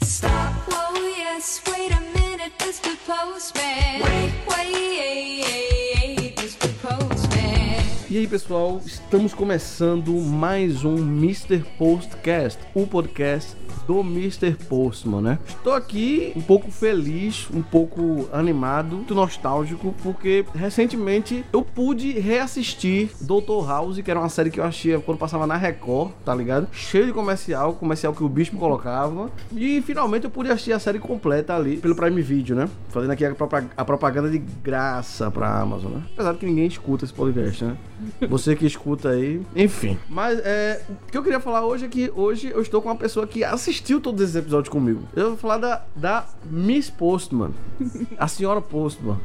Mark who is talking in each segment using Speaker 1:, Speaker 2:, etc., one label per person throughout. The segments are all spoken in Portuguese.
Speaker 1: Just Oh, wait a minute, Mr. Postman. Wait, wait, Mr. Postman.
Speaker 2: E aí pessoal, estamos começando mais um Mr. Postcast, o podcast do Mr. Postman, né? Estou aqui um pouco feliz, um pouco animado, muito nostálgico, porque recentemente eu pude reassistir Dr. House, que era uma série que eu achei quando passava na Record, tá ligado? Cheio de comercial, comercial que o bicho me colocava. E finalmente eu pude assistir a série completa ali pelo Prime Video, né? Fazendo aqui a, propa- a propaganda de graça pra Amazon, né? Apesar de que ninguém escuta esse podcast, né? Você que escuta aí, enfim. Mas é, o que eu queria falar hoje é que hoje eu estou com uma pessoa que assistiu todos esses episódios comigo. Eu vou falar da, da Miss Postman, a senhora Postman,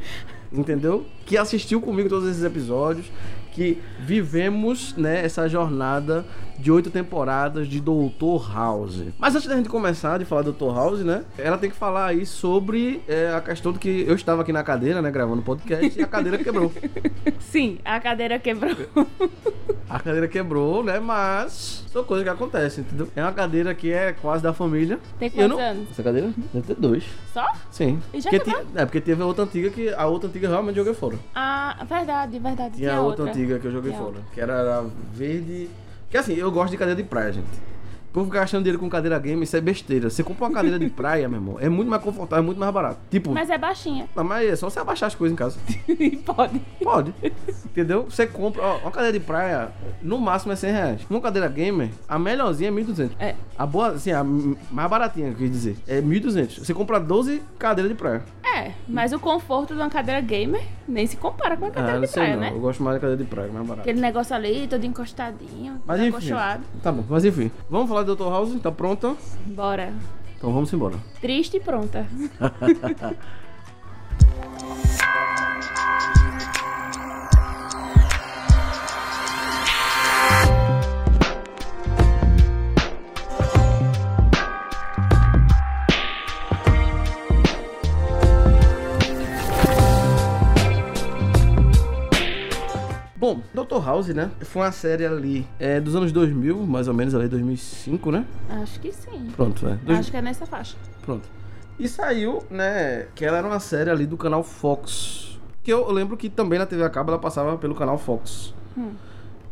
Speaker 2: entendeu? Que assistiu comigo todos esses episódios, que vivemos, né, essa jornada de oito temporadas de Doutor House. Mas antes da gente começar de falar do Doutor House, né, ela tem que falar aí sobre é, a questão de que eu estava aqui na cadeira, né, gravando podcast e a cadeira quebrou.
Speaker 3: Sim, a cadeira quebrou.
Speaker 2: A cadeira quebrou, né? Mas são coisas que acontecem, entendeu? É uma cadeira que é quase da família.
Speaker 3: Tem
Speaker 2: Eu não-
Speaker 3: quantos anos?
Speaker 2: Essa cadeira deve ter dois.
Speaker 3: Só?
Speaker 2: Sim.
Speaker 3: E já
Speaker 2: porque ti- É, porque teve a outra antiga que a outra antiga eu realmente joguei fora.
Speaker 3: Ah, verdade, verdade.
Speaker 2: Tinha
Speaker 3: Tinha
Speaker 2: a outra,
Speaker 3: outra
Speaker 2: antiga que eu joguei
Speaker 3: Tinha
Speaker 2: fora. Que era, era verde. Porque assim, eu gosto de cadeira de praia, gente. O povo ficar gastando dinheiro com cadeira game, isso é besteira. Você compra uma cadeira de praia, meu irmão, é muito mais confortável, é muito mais barato. Tipo,
Speaker 3: Mas é baixinha.
Speaker 2: não, mas é só você abaixar as coisas em casa.
Speaker 3: Pode.
Speaker 2: Pode. Entendeu? Você compra, ó, uma cadeira de praia, no máximo é 100 reais. Uma cadeira gamer, a melhorzinha é 1.200.
Speaker 3: É.
Speaker 2: A boa, assim, a m- mais baratinha, eu quis dizer, é 1.200. Você compra 12 cadeiras de praia.
Speaker 3: É, mas o conforto de uma cadeira gamer nem se compara com a cadeira de praia,
Speaker 2: não.
Speaker 3: né?
Speaker 2: Ah, Eu gosto mais da cadeira de praia, mais barata.
Speaker 3: Aquele negócio ali, todo encostadinho,
Speaker 2: Mas
Speaker 3: todo
Speaker 2: enfim.
Speaker 3: acolchoado.
Speaker 2: Tá bom, mas enfim. Vamos falar do Dr. House? Tá pronta?
Speaker 3: Bora.
Speaker 2: Então vamos embora.
Speaker 3: Triste e pronta.
Speaker 2: Bom, Dr. House, né? Foi uma série ali é, dos anos 2000, mais ou menos, ali 2005, né?
Speaker 3: Acho que sim.
Speaker 2: Pronto, é. Dois-
Speaker 3: Acho que é nessa faixa.
Speaker 2: Pronto. E saiu, né, que ela era uma série ali do canal Fox. Que eu lembro que também na TV a cabo ela passava pelo canal Fox.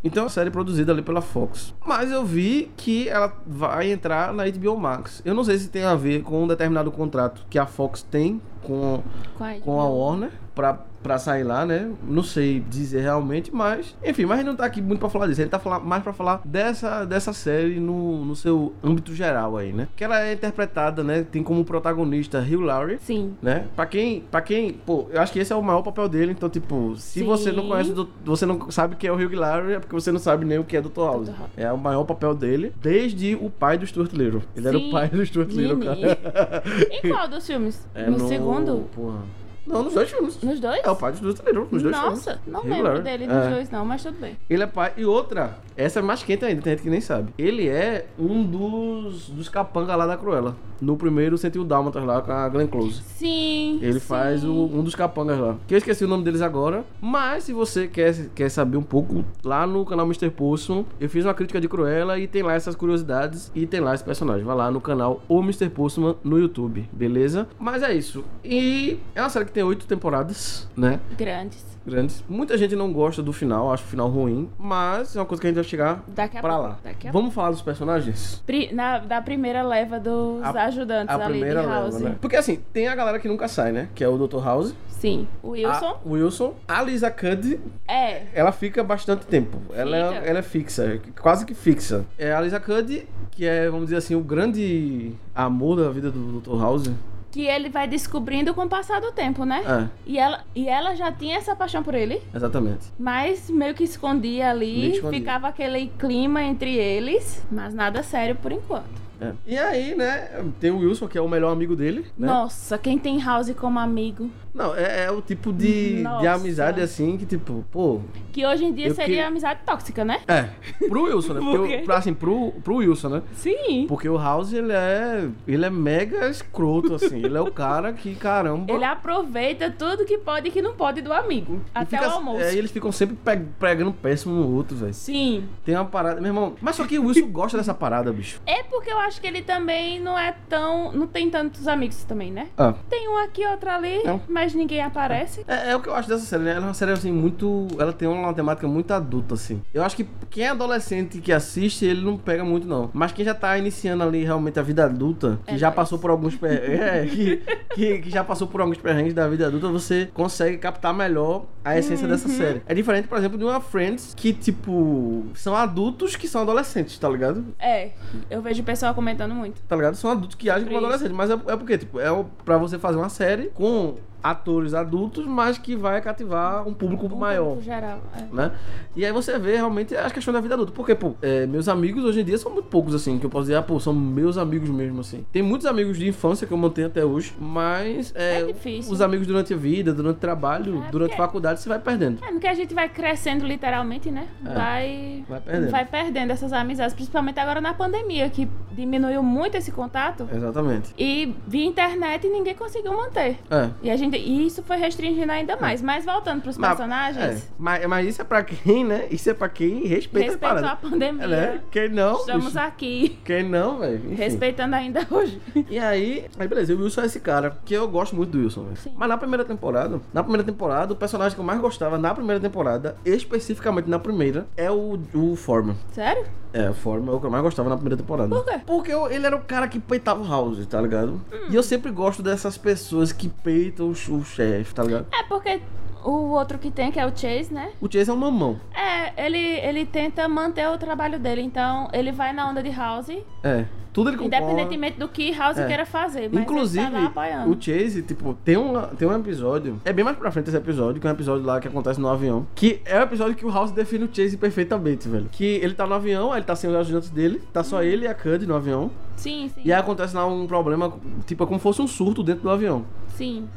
Speaker 2: Então é uma série produzida ali pela Fox. Mas eu vi que ela vai entrar na HBO Max. Eu não sei se tem a ver com um determinado contrato que a Fox tem com,
Speaker 3: Com a,
Speaker 2: com a Warner pra, pra sair lá, né? Não sei dizer realmente, mas... Enfim, mas a gente não tá aqui muito pra falar disso. A gente tá falar, mais pra falar dessa, dessa série no, no seu âmbito geral aí, né? Que ela é interpretada, né? Tem como protagonista Hugh Laurie.
Speaker 3: Sim.
Speaker 2: Né? Pra quem, pra quem, pô, eu acho que esse é o maior papel dele. Então, tipo, se
Speaker 3: Sim.
Speaker 2: você não conhece, do- você não sabe quem é o Hugh Laurie, é porque você não sabe nem o que é Dr. House.
Speaker 3: Dr. House.
Speaker 2: É o maior papel dele desde o pai do Stuart Little. Ele era o
Speaker 3: Sim.
Speaker 2: pai do Stuart Little, cara.
Speaker 3: Menino. Em qual dos filmes?
Speaker 2: É
Speaker 3: no, segundo?
Speaker 2: porra. Não, nos dois filmes.
Speaker 3: Nos dois?
Speaker 2: É o pai dos dois treinadores, nos dois
Speaker 3: Nossa,
Speaker 2: filmes.
Speaker 3: não
Speaker 2: Hugh
Speaker 3: lembro
Speaker 2: Laurie.
Speaker 3: dele
Speaker 2: É.
Speaker 3: dos dois não, mas tudo bem.
Speaker 2: Ele é pai. E outra, essa é mais quente ainda, tem gente que nem sabe. Ele é um dos, dos capangas lá da Cruella. No primeiro sentiu o Dálmatas lá com a Glenn Close.
Speaker 3: Sim.
Speaker 2: Ele faz
Speaker 3: sim.
Speaker 2: o- um dos capangas lá. Que eu esqueci o nome deles agora. Mas se você quer, quer saber um pouco, lá no canal Mr. Poulson, eu fiz uma crítica de Cruella e tem lá essas curiosidades e tem lá esse personagem. Vai lá no canal O Mr. Poulson no YouTube, beleza? Mas é isso. E é uma série que tem oito temporadas, né?
Speaker 3: Grandes.
Speaker 2: grandes. Muita gente não gosta do final, acha o final ruim, mas é uma coisa que a gente vai chegar
Speaker 3: Daqui a
Speaker 2: pra
Speaker 3: pouco,
Speaker 2: lá.
Speaker 3: daqui a
Speaker 2: Vamos falar dos personagens?
Speaker 3: Pri- na, da primeira leva dos
Speaker 2: A-
Speaker 3: ajudantes ali de
Speaker 2: leva,
Speaker 3: House.
Speaker 2: né? Porque assim, tem a galera que nunca sai, né? Que é o Dr. House.
Speaker 3: Sim. O Wilson?
Speaker 2: A Wilson. A Lisa Cuddy,
Speaker 3: É.
Speaker 2: ela fica bastante tempo. Ela, é,
Speaker 3: Fica.
Speaker 2: ela é fixa, quase que fixa. É a Lisa Cuddy, que é, vamos dizer assim, o grande amor da vida do Dr. House.
Speaker 3: Que ele vai descobrindo com o passar do tempo, né?
Speaker 2: É,
Speaker 3: E, ela, e ela já tinha essa paixão por ele,
Speaker 2: exatamente.
Speaker 3: mas meio que escondia
Speaker 2: Meio
Speaker 3: ali,
Speaker 2: que escondia.
Speaker 3: ficava aquele clima entre eles, mas nada sério por enquanto.
Speaker 2: É. E aí, né, tem o Wilson, que é o melhor amigo dele, né?
Speaker 3: Nossa, quem tem House como amigo,
Speaker 2: Não, é, é o tipo de, de
Speaker 3: Nossa.
Speaker 2: amizade assim que, tipo, pô,
Speaker 3: que hoje em dia
Speaker 2: Eu
Speaker 3: seria
Speaker 2: que-
Speaker 3: amizade tóxica, né?
Speaker 2: É, pro Wilson, né?
Speaker 3: Por
Speaker 2: Porque o-
Speaker 3: quê?
Speaker 2: pra, assim, pro, pro Wilson, né?
Speaker 3: Sim.
Speaker 2: Porque o House, ele é. Ele é mega escroto, assim. Ele é o cara que, caramba.
Speaker 3: Ele é aproveita tudo que pode e que não pode do amigo,
Speaker 2: e
Speaker 3: até
Speaker 2: fica-
Speaker 3: o almoço.
Speaker 2: É, e eles ficam sempre pe- pregando péssimo um no outro, velho.
Speaker 3: Sim.
Speaker 2: Tem uma parada. Meu irmão. Mas só que o Wilson gosta dessa parada, bicho.
Speaker 3: É porque eu acho que ele também não é tão. Não tem tantos amigos também, né?
Speaker 2: Ah,
Speaker 3: Tem um aqui, outro ali,
Speaker 2: Não.
Speaker 3: mas ninguém aparece.
Speaker 2: É, é o que eu acho dessa série, né? Ela é uma série, assim, muito... Ela tem uma temática muito adulta, assim. Eu acho que quem é adolescente que assiste, ele não pega muito, não. Mas quem já tá iniciando ali, realmente, a vida adulta, que
Speaker 3: É
Speaker 2: já
Speaker 3: nóis.
Speaker 2: passou por alguns... per- É, que, que, que já passou por alguns perrengues da vida adulta, você consegue captar melhor a essência dessa série. É diferente, por exemplo, de uma Friends, que, tipo, são adultos que são adolescentes, tá ligado?
Speaker 3: É, eu vejo o pessoal comentando muito.
Speaker 2: tá ligado? São adultos que agem como
Speaker 3: Sobre
Speaker 2: adolescente. Mas é, é porque, tipo, é o- pra você fazer uma série com atores adultos, mas que vai cativar um público
Speaker 3: Um
Speaker 2: maior.
Speaker 3: público geral. é.
Speaker 2: Né? E aí você vê realmente as questões da vida adulta. Porque, pô, é, meus amigos hoje em dia são muito poucos, assim, que eu posso dizer, ah, pô, são meus amigos mesmo, assim. Tem muitos amigos de infância que eu mantenho até hoje, mas é,
Speaker 3: É difícil.
Speaker 2: os amigos durante a vida, durante o trabalho,
Speaker 3: É,
Speaker 2: durante a
Speaker 3: porque-
Speaker 2: faculdade, você vai perdendo.
Speaker 3: É, no que a gente vai crescendo literalmente, né?
Speaker 2: É.
Speaker 3: Vai.
Speaker 2: Vai perdendo.
Speaker 3: Vai perdendo essas amizades, principalmente agora na pandemia, que diminuiu muito esse contato.
Speaker 2: Exatamente.
Speaker 3: E via internet ninguém conseguiu manter.
Speaker 2: É.
Speaker 3: E a gente, e isso foi restringindo ainda mais. Mas voltando pros
Speaker 2: Mas-
Speaker 3: personagens,
Speaker 2: é. Mas, mas isso é pra quem, né? Isso é pra quem respeita a
Speaker 3: respeito
Speaker 2: parada.
Speaker 3: à pandemia,
Speaker 2: É, né? Quem não?
Speaker 3: estamos
Speaker 2: bicho?
Speaker 3: aqui
Speaker 2: Quem não, velho? Enfim.
Speaker 3: respeitando ainda hoje.
Speaker 2: E aí, aí, beleza, o Wilson é esse cara, que eu gosto muito do Wilson, velho.
Speaker 3: Sim.
Speaker 2: Mas na primeira temporada, na primeira temporada, o personagem que eu mais gostava na primeira temporada, especificamente na primeira, é o, o Foreman.
Speaker 3: Sério?
Speaker 2: É, o Foreman é o que eu mais gostava na primeira temporada.
Speaker 3: Por quê? Hum.
Speaker 2: Porque eu- ele era o cara que peitava o House, tá ligado? E eu sempre gosto dessas pessoas que peitam o, ch- o chefe, tá ligado?
Speaker 3: É porque o outro que tem, que é o Chase, né?
Speaker 2: O Chase é um mamão.
Speaker 3: É, ele, ele tenta manter o trabalho dele. Então, ele vai na onda de House,
Speaker 2: É. Tudo ele concorda.
Speaker 3: independentemente do que House
Speaker 2: É.
Speaker 3: queira fazer. Mas
Speaker 2: Inclusive,
Speaker 3: ele tá lá apoiando.
Speaker 2: o Chase, tipo, tem um, tem um episódio. É bem mais pra frente esse episódio, que é um episódio lá que acontece no avião. Que é o episódio que o House define o Chase perfeitamente, velho. Que ele tá no avião, aí ele tá sem os ajudantes dele, tá só ele e a Cud no avião.
Speaker 3: Sim, sim.
Speaker 2: E aí acontece lá um problema, tipo, é como se fosse um surto dentro do avião.
Speaker 3: Sim.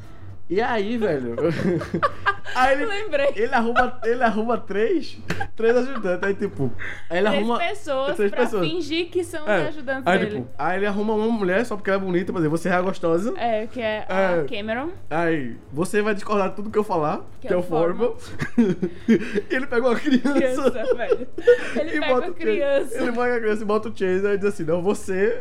Speaker 2: E aí, velho. aí ele.
Speaker 3: Lembrei.
Speaker 2: Ele arruma, ele arruma três, três ajudantes. Aí, tipo. Aí ele
Speaker 3: Três
Speaker 2: arruma.
Speaker 3: pessoas
Speaker 2: três
Speaker 3: pra
Speaker 2: pessoas.
Speaker 3: fingir que são
Speaker 2: É.
Speaker 3: os ajudantes
Speaker 2: aí,
Speaker 3: dele.
Speaker 2: tipo, aí ele arruma uma mulher só porque ela é bonita, pra dizer, você é gostosa.
Speaker 3: É, que é,
Speaker 2: É.
Speaker 3: a Cameron.
Speaker 2: Aí, você vai discordar de tudo que eu falar, que,
Speaker 3: Que
Speaker 2: é
Speaker 3: é
Speaker 2: o
Speaker 3: o
Speaker 2: Forma. ele pega uma criança.
Speaker 3: Criança, velho. Ele
Speaker 2: e
Speaker 3: pega
Speaker 2: bota o
Speaker 3: a
Speaker 2: Chase.
Speaker 3: criança.
Speaker 2: Ele pega a criança e bota o Chase aí diz assim: Não, você.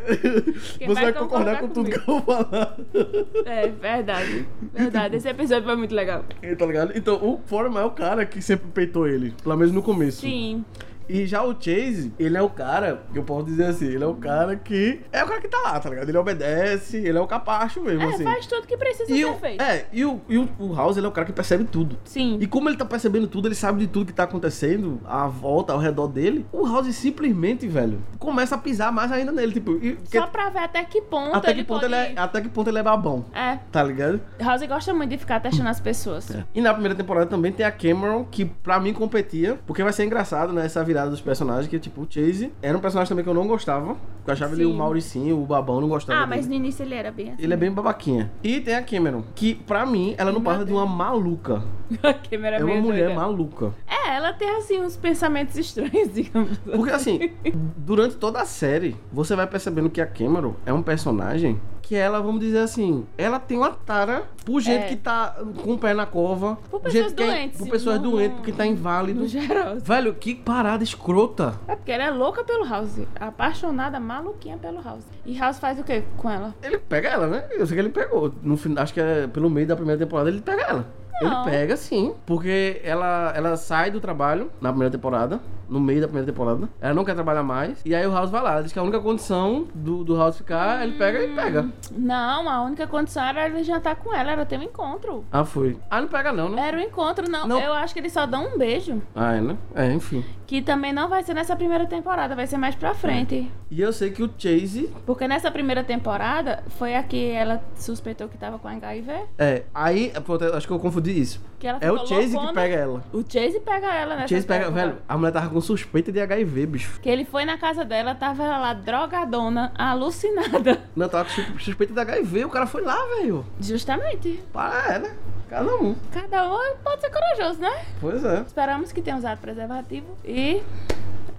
Speaker 2: você vai,
Speaker 3: vai
Speaker 2: concordar
Speaker 3: concordar
Speaker 2: com tudo que eu falar.
Speaker 3: É, verdade. Verdade. Esse episódio foi muito legal.
Speaker 2: E tá ligado? Então, o Forma é o cara que sempre peitou ele, pelo menos no começo.
Speaker 3: Sim.
Speaker 2: E já o Chase, ele é o cara, eu posso dizer assim, ele é o cara que. É o cara que tá lá, tá ligado? Ele obedece, ele é o capacho mesmo,
Speaker 3: É,
Speaker 2: assim.
Speaker 3: faz tudo que precisa
Speaker 2: E
Speaker 3: ser
Speaker 2: o,
Speaker 3: feito.
Speaker 2: é, e, o, e o- o House, ele é o cara que percebe tudo.
Speaker 3: Sim.
Speaker 2: E como ele tá percebendo tudo, ele sabe de tudo que tá acontecendo, à volta, ao redor dele, o House simplesmente, velho, começa a pisar mais ainda nele, tipo, e-
Speaker 3: Só
Speaker 2: que-
Speaker 3: pra ver até que ponto
Speaker 2: até
Speaker 3: ele
Speaker 2: que ponto
Speaker 3: pode...
Speaker 2: ele é, até que ponto ele é babão,
Speaker 3: É,
Speaker 2: tá ligado?
Speaker 3: House gosta muito de ficar testando as pessoas. Ah,
Speaker 2: E na primeira temporada também tem a Cameron, que pra mim competia, porque vai ser engraçado, né, essa virada dos personagens, que tipo, o Chase era um personagem também que eu não gostava, que eu achava ele
Speaker 3: Sim.
Speaker 2: o Mauricinho, o babão, não gostava
Speaker 3: Ah, mas
Speaker 2: dele.
Speaker 3: no início ele era bem assim.
Speaker 2: Ele é bem babaquinha. E tem a Cameron, que pra mim, ela não passa de uma maluca.
Speaker 3: assim. A Cameron
Speaker 2: É uma
Speaker 3: meio
Speaker 2: mulher
Speaker 3: doida.
Speaker 2: maluca.
Speaker 3: É, ela tem assim uns pensamentos estranhos, digamos assim.
Speaker 2: Porque assim, durante toda a série, você vai percebendo que a Cameron é um personagem que ela, vamos dizer assim, ela tem uma tara por gente
Speaker 3: É.
Speaker 2: que tá com o pé na cova.
Speaker 3: Por
Speaker 2: gente
Speaker 3: pessoas
Speaker 2: que é-
Speaker 3: doentes,
Speaker 2: Por pessoas
Speaker 3: não-
Speaker 2: doentes, porque tá inválido.
Speaker 3: No geral.
Speaker 2: Velho, que parada escrota.
Speaker 3: assim, É porque ela é louca pelo House. Apaixonada, maluquinha pelo House. E House faz o quê com ela?
Speaker 2: Ele pega ela, né? Eu sei que ele pegou. No final, acho que é pelo meio da primeira temporada ele pega ela.
Speaker 3: Não.
Speaker 2: Ele pega sim, porque ela, ela sai do trabalho na primeira temporada, no meio da primeira temporada. Ela não quer trabalhar mais. E aí o House vai lá, diz que a única condição do, do House ficar, ele pega
Speaker 3: Hum.
Speaker 2: e pega.
Speaker 3: Não, a única condição era ele jantar com ela, era ter um encontro.
Speaker 2: Ah, foi. Ah, não pega não, né?
Speaker 3: Era um encontro, não.
Speaker 2: Não.
Speaker 3: Eu acho que eles só dão um beijo.
Speaker 2: Ah, é, né? É, enfim.
Speaker 3: Que também não vai ser nessa primeira temporada, vai ser mais pra frente.
Speaker 2: E eu sei que o Chase.
Speaker 3: Porque nessa primeira temporada foi a que ela suspeitou que tava com HIV.
Speaker 2: É, aí. pronto, acho que eu confundi isso.
Speaker 3: Que ela
Speaker 2: É o
Speaker 3: ficou
Speaker 2: Chase que
Speaker 3: loucona.
Speaker 2: pega ela.
Speaker 3: O Chase pega ela
Speaker 2: O
Speaker 3: nessa
Speaker 2: Chase pega.
Speaker 3: temporada.
Speaker 2: Velho, a mulher tava com suspeita de HIV, bicho.
Speaker 3: Que ele foi na casa dela, tava ela lá drogadona, alucinada.
Speaker 2: Não, tava com sus- suspeita de HIV. O cara foi lá, velho.
Speaker 3: Justamente.
Speaker 2: Para ela. Cada um.
Speaker 3: Cada um pode ser corajoso, né?
Speaker 2: Pois é.
Speaker 3: Esperamos que tenha usado preservativo e.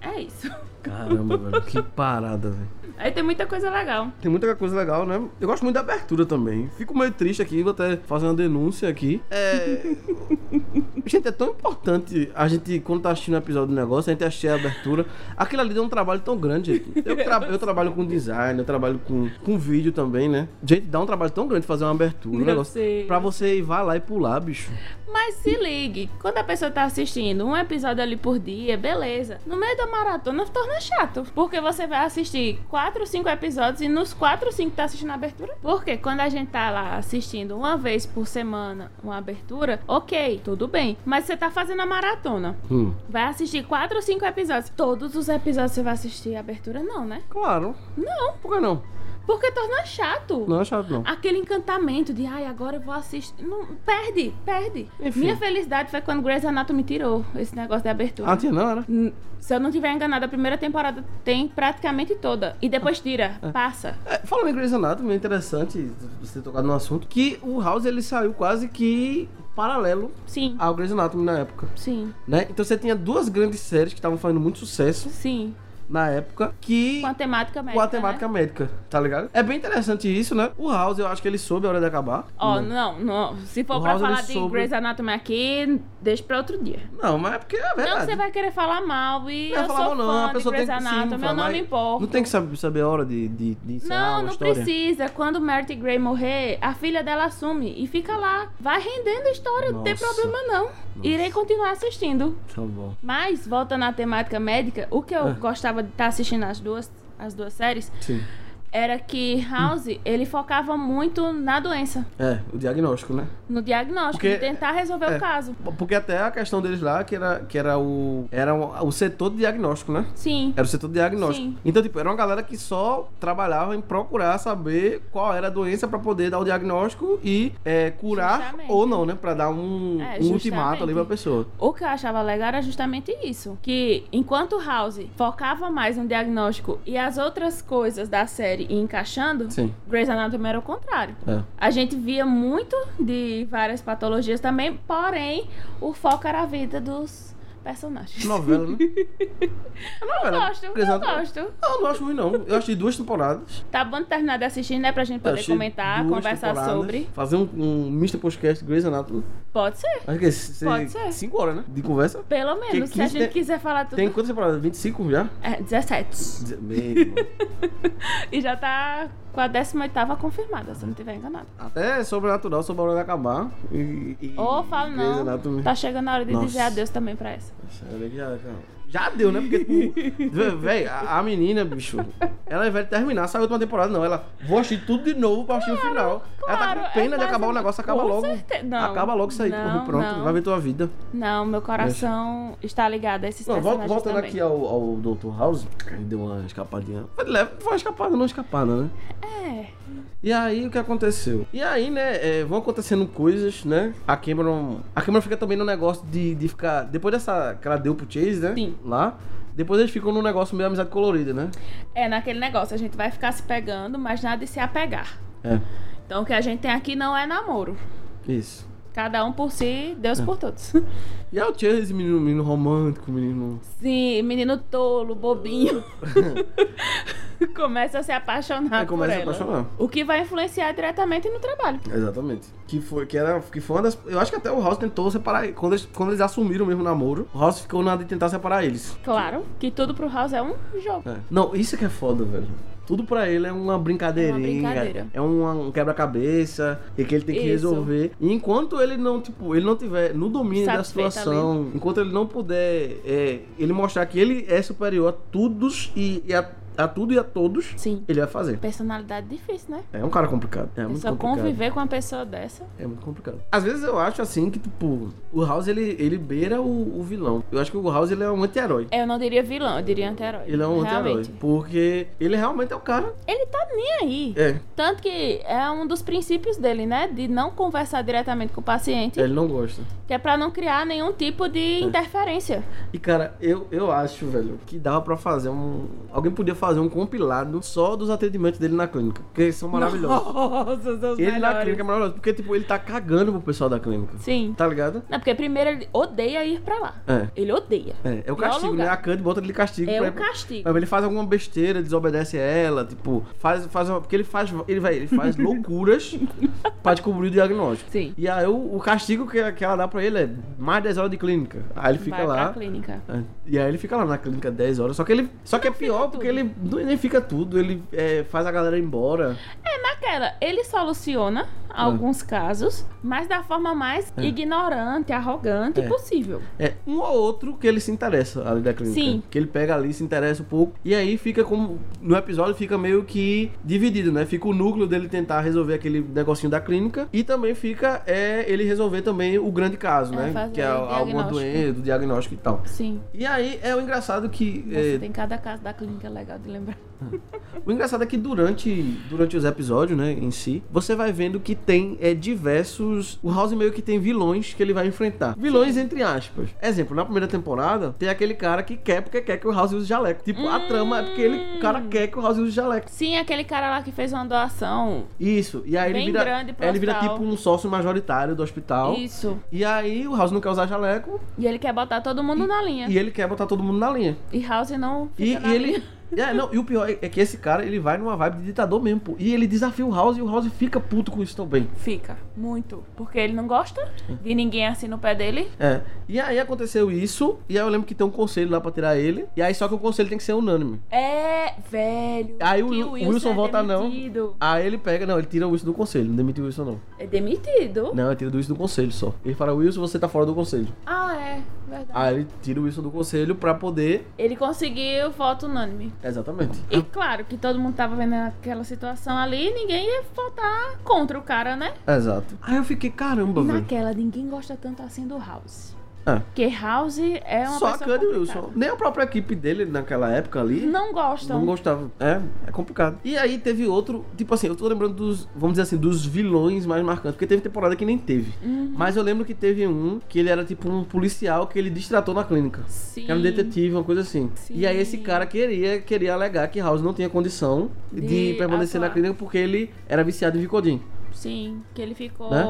Speaker 3: É isso.
Speaker 2: Caramba, velho. Que parada, velho.
Speaker 3: Aí tem muita coisa legal.
Speaker 2: Tem muita coisa legal, né? Eu gosto muito da abertura também. Fico meio triste aqui, vou até fazer uma denúncia aqui. É. gente, é tão importante a gente, quando tá assistindo o episódio do negócio, a gente achar a abertura. Aquilo ali deu um trabalho tão grande, gente. Eu, tra- eu trabalho com design, eu trabalho com, com vídeo também, né? Gente, dá um trabalho tão grande fazer uma abertura, um
Speaker 3: Eu
Speaker 2: negócio.
Speaker 3: sei.
Speaker 2: Pra você ir vá lá e pular, bicho.
Speaker 3: Mas se ligue, quando a pessoa tá assistindo um episódio ali por dia, beleza. No meio da maratona torna chato. Porque você vai assistir 4 ou 5 episódios e nos 4 ou 5 tá assistindo a abertura. Porque quando a gente tá lá assistindo uma vez por semana uma abertura, ok, tudo bem. Mas você tá fazendo a maratona.
Speaker 2: Hum.
Speaker 3: Vai assistir 4 ou 5 episódios. Todos os episódios você vai assistir a abertura, não, né?
Speaker 2: Claro.
Speaker 3: Não,
Speaker 2: Por que não?
Speaker 3: porque torna chato.
Speaker 2: Não é chato, não.
Speaker 3: Aquele encantamento de, ai, agora eu vou assistir. Não, perde, perde.
Speaker 2: Enfim.
Speaker 3: Minha felicidade foi quando Grey's Anatomy tirou esse negócio da abertura.
Speaker 2: Ah, tinha não, era?
Speaker 3: N- Se eu não tiver enganada, a primeira temporada tem praticamente toda. E depois tira, passa.
Speaker 2: É, falando em Grey's Anatomy, é interessante você tocar no assunto, que o House ele saiu quase que paralelo
Speaker 3: Sim,
Speaker 2: ao Grey's Anatomy na época.
Speaker 3: sim,
Speaker 2: Né? Então você tinha duas grandes séries que estavam fazendo muito sucesso
Speaker 3: sim.
Speaker 2: na época, que
Speaker 3: Com a temática médica.
Speaker 2: com a temática
Speaker 3: né?
Speaker 2: médica, tá ligado? É bem interessante isso, né? O House, eu acho que ele soube a hora de acabar.
Speaker 3: Ó, não, não. Se for
Speaker 2: O
Speaker 3: pra
Speaker 2: House, ele
Speaker 3: falar de
Speaker 2: soube-
Speaker 3: Grey's Anatomy aqui, deixa pra outro dia.
Speaker 2: Não, mas é porque é verdade.
Speaker 3: Não, você vai querer falar mal e
Speaker 2: Não é
Speaker 3: eu
Speaker 2: falar
Speaker 3: sou
Speaker 2: mal,
Speaker 3: fã
Speaker 2: a
Speaker 3: de
Speaker 2: pessoa
Speaker 3: Grey's
Speaker 2: tem que sim,
Speaker 3: Anatomy, eu
Speaker 2: falar,
Speaker 3: não
Speaker 2: mas
Speaker 3: me importo.
Speaker 2: Não tem que sab- saber a hora de, de, de encerrar
Speaker 3: Não,
Speaker 2: uma
Speaker 3: não
Speaker 2: história.
Speaker 3: precisa. Quando Mary Gray morrer, a filha dela assume e fica lá. Vai rendendo a história, não tem
Speaker 2: Nossa.
Speaker 3: problema não. Irei continuar assistindo.
Speaker 2: Tá bom.
Speaker 3: Mas, voltando à temática médica, o que eu
Speaker 2: Ah.
Speaker 3: gostava de estar assistindo as duas, as duas séries
Speaker 2: Sim.
Speaker 3: era que House,
Speaker 2: Hum.
Speaker 3: ele focava muito na doença,
Speaker 2: É, o diagnóstico, né?
Speaker 3: no diagnóstico,
Speaker 2: Porque-
Speaker 3: de tentar resolver
Speaker 2: é.
Speaker 3: o caso.
Speaker 2: Porque até a questão deles lá, que era, que era o. Era o setor de diagnóstico, né?
Speaker 3: Sim.
Speaker 2: Era o setor de diagnóstico.
Speaker 3: Sim.
Speaker 2: Então, tipo, era uma galera que só trabalhava em procurar saber qual era a doença pra poder dar o diagnóstico e é, curar
Speaker 3: Justamente.
Speaker 2: ou não, né? Pra dar um,
Speaker 3: É,
Speaker 2: um ultimato ali
Speaker 3: justamente.
Speaker 2: pra pessoa.
Speaker 3: O que eu achava legal era justamente isso. Que enquanto House focava mais no diagnóstico e as outras coisas da série ia encaixando,
Speaker 2: Sim.
Speaker 3: Grey's Anatomy era o contrário.
Speaker 2: É.
Speaker 3: A gente via muito de várias patologias também, porém, o foco era a vida dos personagens.
Speaker 2: Novela, né? É
Speaker 3: Eu
Speaker 2: novela.
Speaker 3: gosto,
Speaker 2: Grey's
Speaker 3: eu
Speaker 2: Anatomy.
Speaker 3: gosto.
Speaker 2: Não, não acho ruim, não. Eu achei duas temporadas.
Speaker 3: Tá bom de terminar de assistir, né? Pra gente poder
Speaker 2: Achei
Speaker 3: comentar,
Speaker 2: duas
Speaker 3: conversar
Speaker 2: temporadas.
Speaker 3: sobre.
Speaker 2: Fazer um, um Mr. Podcast Grey's Anatomy.
Speaker 3: Pode ser,
Speaker 2: Acho que é c-
Speaker 3: Pode ser.
Speaker 2: cinco horas, né? De conversa.
Speaker 3: pelo menos. Se a
Speaker 2: 15
Speaker 3: gente
Speaker 2: tem-
Speaker 3: quiser falar tudo.
Speaker 2: Tem quantas temporadas? 25 já?
Speaker 3: É, 17.
Speaker 2: Dizer- Meu irmão.
Speaker 3: E já tá com a 18 confirmada, se eu não tiver enganado.
Speaker 2: Até sobrenatural, sobre a hora de acabar. E, e,
Speaker 3: Ou falo
Speaker 2: Grey's
Speaker 3: não.
Speaker 2: Anatomy.
Speaker 3: Tá chegando a hora de
Speaker 2: Nossa.
Speaker 3: dizer adeus também pra essa.
Speaker 2: Sério, Já, já deu, né? Porque, tipo, vé- véi, a, a menina, bicho, ela vai terminar, saiu a última temporada, não. Ela vou assistir tudo de novo pra assistir o final. ela tá
Speaker 3: claro,
Speaker 2: com pena
Speaker 3: é
Speaker 2: de acabar o
Speaker 3: basicamente-
Speaker 2: negócio, acaba
Speaker 3: com
Speaker 2: logo.
Speaker 3: certe- não,
Speaker 2: acaba logo isso aí.
Speaker 3: não,
Speaker 2: pronto,
Speaker 3: não.
Speaker 2: vai ver tua vida.
Speaker 3: Não, meu coração está ligado a esses
Speaker 2: Não, vol-
Speaker 3: personagens
Speaker 2: voltando
Speaker 3: também.
Speaker 2: aqui ao, ao Dr. House, que deu uma escapadinha. Foi leve, foi uma escapada, não escapada, né?
Speaker 3: É,
Speaker 2: E aí, o que aconteceu? E aí, né, é, vão acontecendo coisas, né? A Cameron... A Cameron fica também no negócio de, de ficar... Depois dessa... Que ela deu pro Chase, né?
Speaker 3: Sim.
Speaker 2: Lá. Depois eles ficam num negócio meio amizade colorida, né?
Speaker 3: é naquele negócio, a gente vai ficar se pegando, mas nada de se apegar.
Speaker 2: É.
Speaker 3: Então o que a gente tem aqui não é namoro.
Speaker 2: Isso.
Speaker 3: Cada um por si, Deus por todos.
Speaker 2: E aí o Chase, menino, menino romântico, menino...
Speaker 3: Sim, menino tolo, bobinho. começa a se apaixonar
Speaker 2: É, começa
Speaker 3: por
Speaker 2: a
Speaker 3: ela.
Speaker 2: apaixonar.
Speaker 3: O que vai influenciar diretamente no trabalho.
Speaker 2: Exatamente. Que foi, que era, que foi uma das... Eu acho que até o House tentou separar... Quando eles, quando eles assumiram mesmo o namoro, o House ficou na de tentar separar eles.
Speaker 3: Claro que tudo pro House é um jogo.
Speaker 2: É. Não, isso que é foda, velho. Tudo pra ele é uma brincadeirinha.
Speaker 3: É uma brincadeira.
Speaker 2: É uma- um quebra-cabeça e que ele tem que
Speaker 3: Isso.
Speaker 2: resolver. E enquanto ele não, tipo, ele não tiver no domínio da
Speaker 3: Satisfeito
Speaker 2: situação, enquanto ele não puder é, ele mostrar que ele é superior a todos e, e a, a tudo e a todos,
Speaker 3: Sim.
Speaker 2: ele vai fazer.
Speaker 3: Personalidade difícil, né?
Speaker 2: É um cara complicado. É muito
Speaker 3: Só
Speaker 2: complicado.
Speaker 3: conviver com uma pessoa dessa.
Speaker 2: É muito complicado. Às vezes eu acho assim que, tipo, o House ele, ele beira o, o vilão. Eu acho que o House ele é um anti-herói.
Speaker 3: Eu não diria vilão, eu diria anti-herói.
Speaker 2: Ele é um anti-herói.
Speaker 3: Realmente.
Speaker 2: Porque ele realmente é o cara.
Speaker 3: Ele tá nem aí.
Speaker 2: É,
Speaker 3: Tanto que é um dos princípios dele, né? De não conversar diretamente com o paciente,
Speaker 2: ele não gosta.
Speaker 3: que é pra não criar nenhum tipo
Speaker 2: É.
Speaker 3: de interferência.
Speaker 2: E cara, eu, eu acho, velho, que dava pra fazer um. Alguém podia fazer um compilado só dos atendimentos dele na clínica, porque são maravilhosos.
Speaker 3: Nossa, são os
Speaker 2: Ele na
Speaker 3: melhores.
Speaker 2: clínica é maravilhoso, porque tipo, ele tá cagando pro pessoal da clínica.
Speaker 3: Sim.
Speaker 2: Tá ligado?
Speaker 3: Não, porque primeiro ele odeia ir pra lá.
Speaker 2: É.
Speaker 3: Ele odeia.
Speaker 2: É, é o
Speaker 3: Pior
Speaker 2: castigo,
Speaker 3: lugar.
Speaker 2: né? A Candy bota ele de castigo.
Speaker 3: É
Speaker 2: pra-
Speaker 3: um castigo.
Speaker 2: Mas ele faz alguma besteira, desobedece a ela, tipo, faz, faz uma, porque ele faz, ele vai, ele faz loucuras pra descobrir o diagnóstico.
Speaker 3: Sim.
Speaker 2: E aí o, o castigo que, que ela dá pra ele é mais 10 horas de clínica. Aí ele fica
Speaker 3: Vai
Speaker 2: lá.
Speaker 3: pra clínica.
Speaker 2: É. E aí ele fica lá na clínica 10 horas, só que ele, só que é pior porque ele não- nem fica tudo, ele é, faz a galera ir embora.
Speaker 3: É, naquela, ele
Speaker 2: É.
Speaker 3: soluciona alguns casos, mas da forma mais ignorante, arrogante
Speaker 2: É.
Speaker 3: possível.
Speaker 2: É um ou outro que ele se interessa ali da clínica.
Speaker 3: Sim.
Speaker 2: Que ele pega ali, se interessa um pouco. E aí fica como. No episódio fica meio que dividido, né? Fica o núcleo dele tentar resolver aquele negocinho da clínica. E também fica é, ele resolver também o grande caso,
Speaker 3: É,
Speaker 2: né?
Speaker 3: fazer
Speaker 2: Que é
Speaker 3: o
Speaker 2: alguma
Speaker 3: diagnóstico.
Speaker 2: doença, do diagnóstico e tal.
Speaker 3: Sim.
Speaker 2: E aí é o engraçado que.
Speaker 3: Nossa,
Speaker 2: é,
Speaker 3: tem cada caso da clínica legal de lembrar.
Speaker 2: O engraçado é que durante, durante os episódios, né, em si, você vai vendo que tem é, diversos. O House meio que tem vilões que ele vai enfrentar. Vilões, entre aspas. Exemplo, na primeira temporada, tem aquele cara que quer porque quer que o House use jaleco. Tipo, a
Speaker 3: Hum.
Speaker 2: trama é porque ele, o cara quer que o House use jaleco.
Speaker 3: Sim, aquele cara lá que fez uma doação.
Speaker 2: Isso. E aí ele
Speaker 3: Bem
Speaker 2: vira.
Speaker 3: grande pro
Speaker 2: aí ele vira
Speaker 3: hospital.
Speaker 2: tipo um sócio majoritário do hospital.
Speaker 3: Isso.
Speaker 2: E aí o House não quer usar jaleco
Speaker 3: E ele quer botar todo mundo na linha.
Speaker 2: e ele quer botar todo mundo na linha.
Speaker 3: E, House não
Speaker 2: E,
Speaker 3: É. fica na
Speaker 2: e ele.
Speaker 3: linha.
Speaker 2: É, não, e o pior é é que esse cara ele vai numa vibe de ditador mesmo, pô. E ele desafia o House e o House fica puto com isso também.
Speaker 3: Fica, muito. Porque ele não gosta de ninguém assim no pé dele.
Speaker 2: É. E aí aconteceu isso, e aí eu lembro que tem um conselho lá pra tirar ele. E aí só que o conselho tem que ser unânime.
Speaker 3: É, velho.
Speaker 2: Aí o
Speaker 3: que
Speaker 2: Wil- o Wilson
Speaker 3: é
Speaker 2: vota não.
Speaker 3: demitido.
Speaker 2: Aí ele pega, não, ele tira o Wilson do conselho, não demitiu o Wilson não.
Speaker 3: É demitido?
Speaker 2: Não, ele tira o Wilson do conselho só. Ele fala, Wilson, você tá fora do conselho.
Speaker 3: Ah, é, verdade.
Speaker 2: Aí ele tira o Wilson do conselho pra poder.
Speaker 3: Ele conseguiu voto unânime.
Speaker 2: Exatamente.
Speaker 3: E claro que todo mundo tava vendo aquela situação ali, ninguém ia votar contra o cara, né?
Speaker 2: Exato. Aí eu fiquei, caramba,
Speaker 3: E
Speaker 2: velho.
Speaker 3: naquela, ninguém gosta tanto assim do House.
Speaker 2: É.
Speaker 3: Porque House é uma
Speaker 2: Só a
Speaker 3: pessoa
Speaker 2: Candy
Speaker 3: complicada.
Speaker 2: Wilson. Nem a própria equipe dele naquela época ali.
Speaker 3: Não gostam.
Speaker 2: Não gostava. É, é complicado. E aí teve outro, tipo assim, eu tô lembrando dos, vamos dizer assim, dos vilões mais marcantes, porque teve temporada que nem teve.
Speaker 3: Uhum.
Speaker 2: Mas eu lembro que teve um que ele era tipo um policial que ele destratou na clínica.
Speaker 3: Sim.
Speaker 2: Que era um detetive, uma coisa assim.
Speaker 3: Sim.
Speaker 2: E aí esse cara queria, queria alegar que House não tinha condição de,
Speaker 3: De
Speaker 2: permanecer na
Speaker 3: atuar.
Speaker 2: clínica porque ele era viciado em Vicodin.
Speaker 3: Sim, que ele ficou
Speaker 2: Né?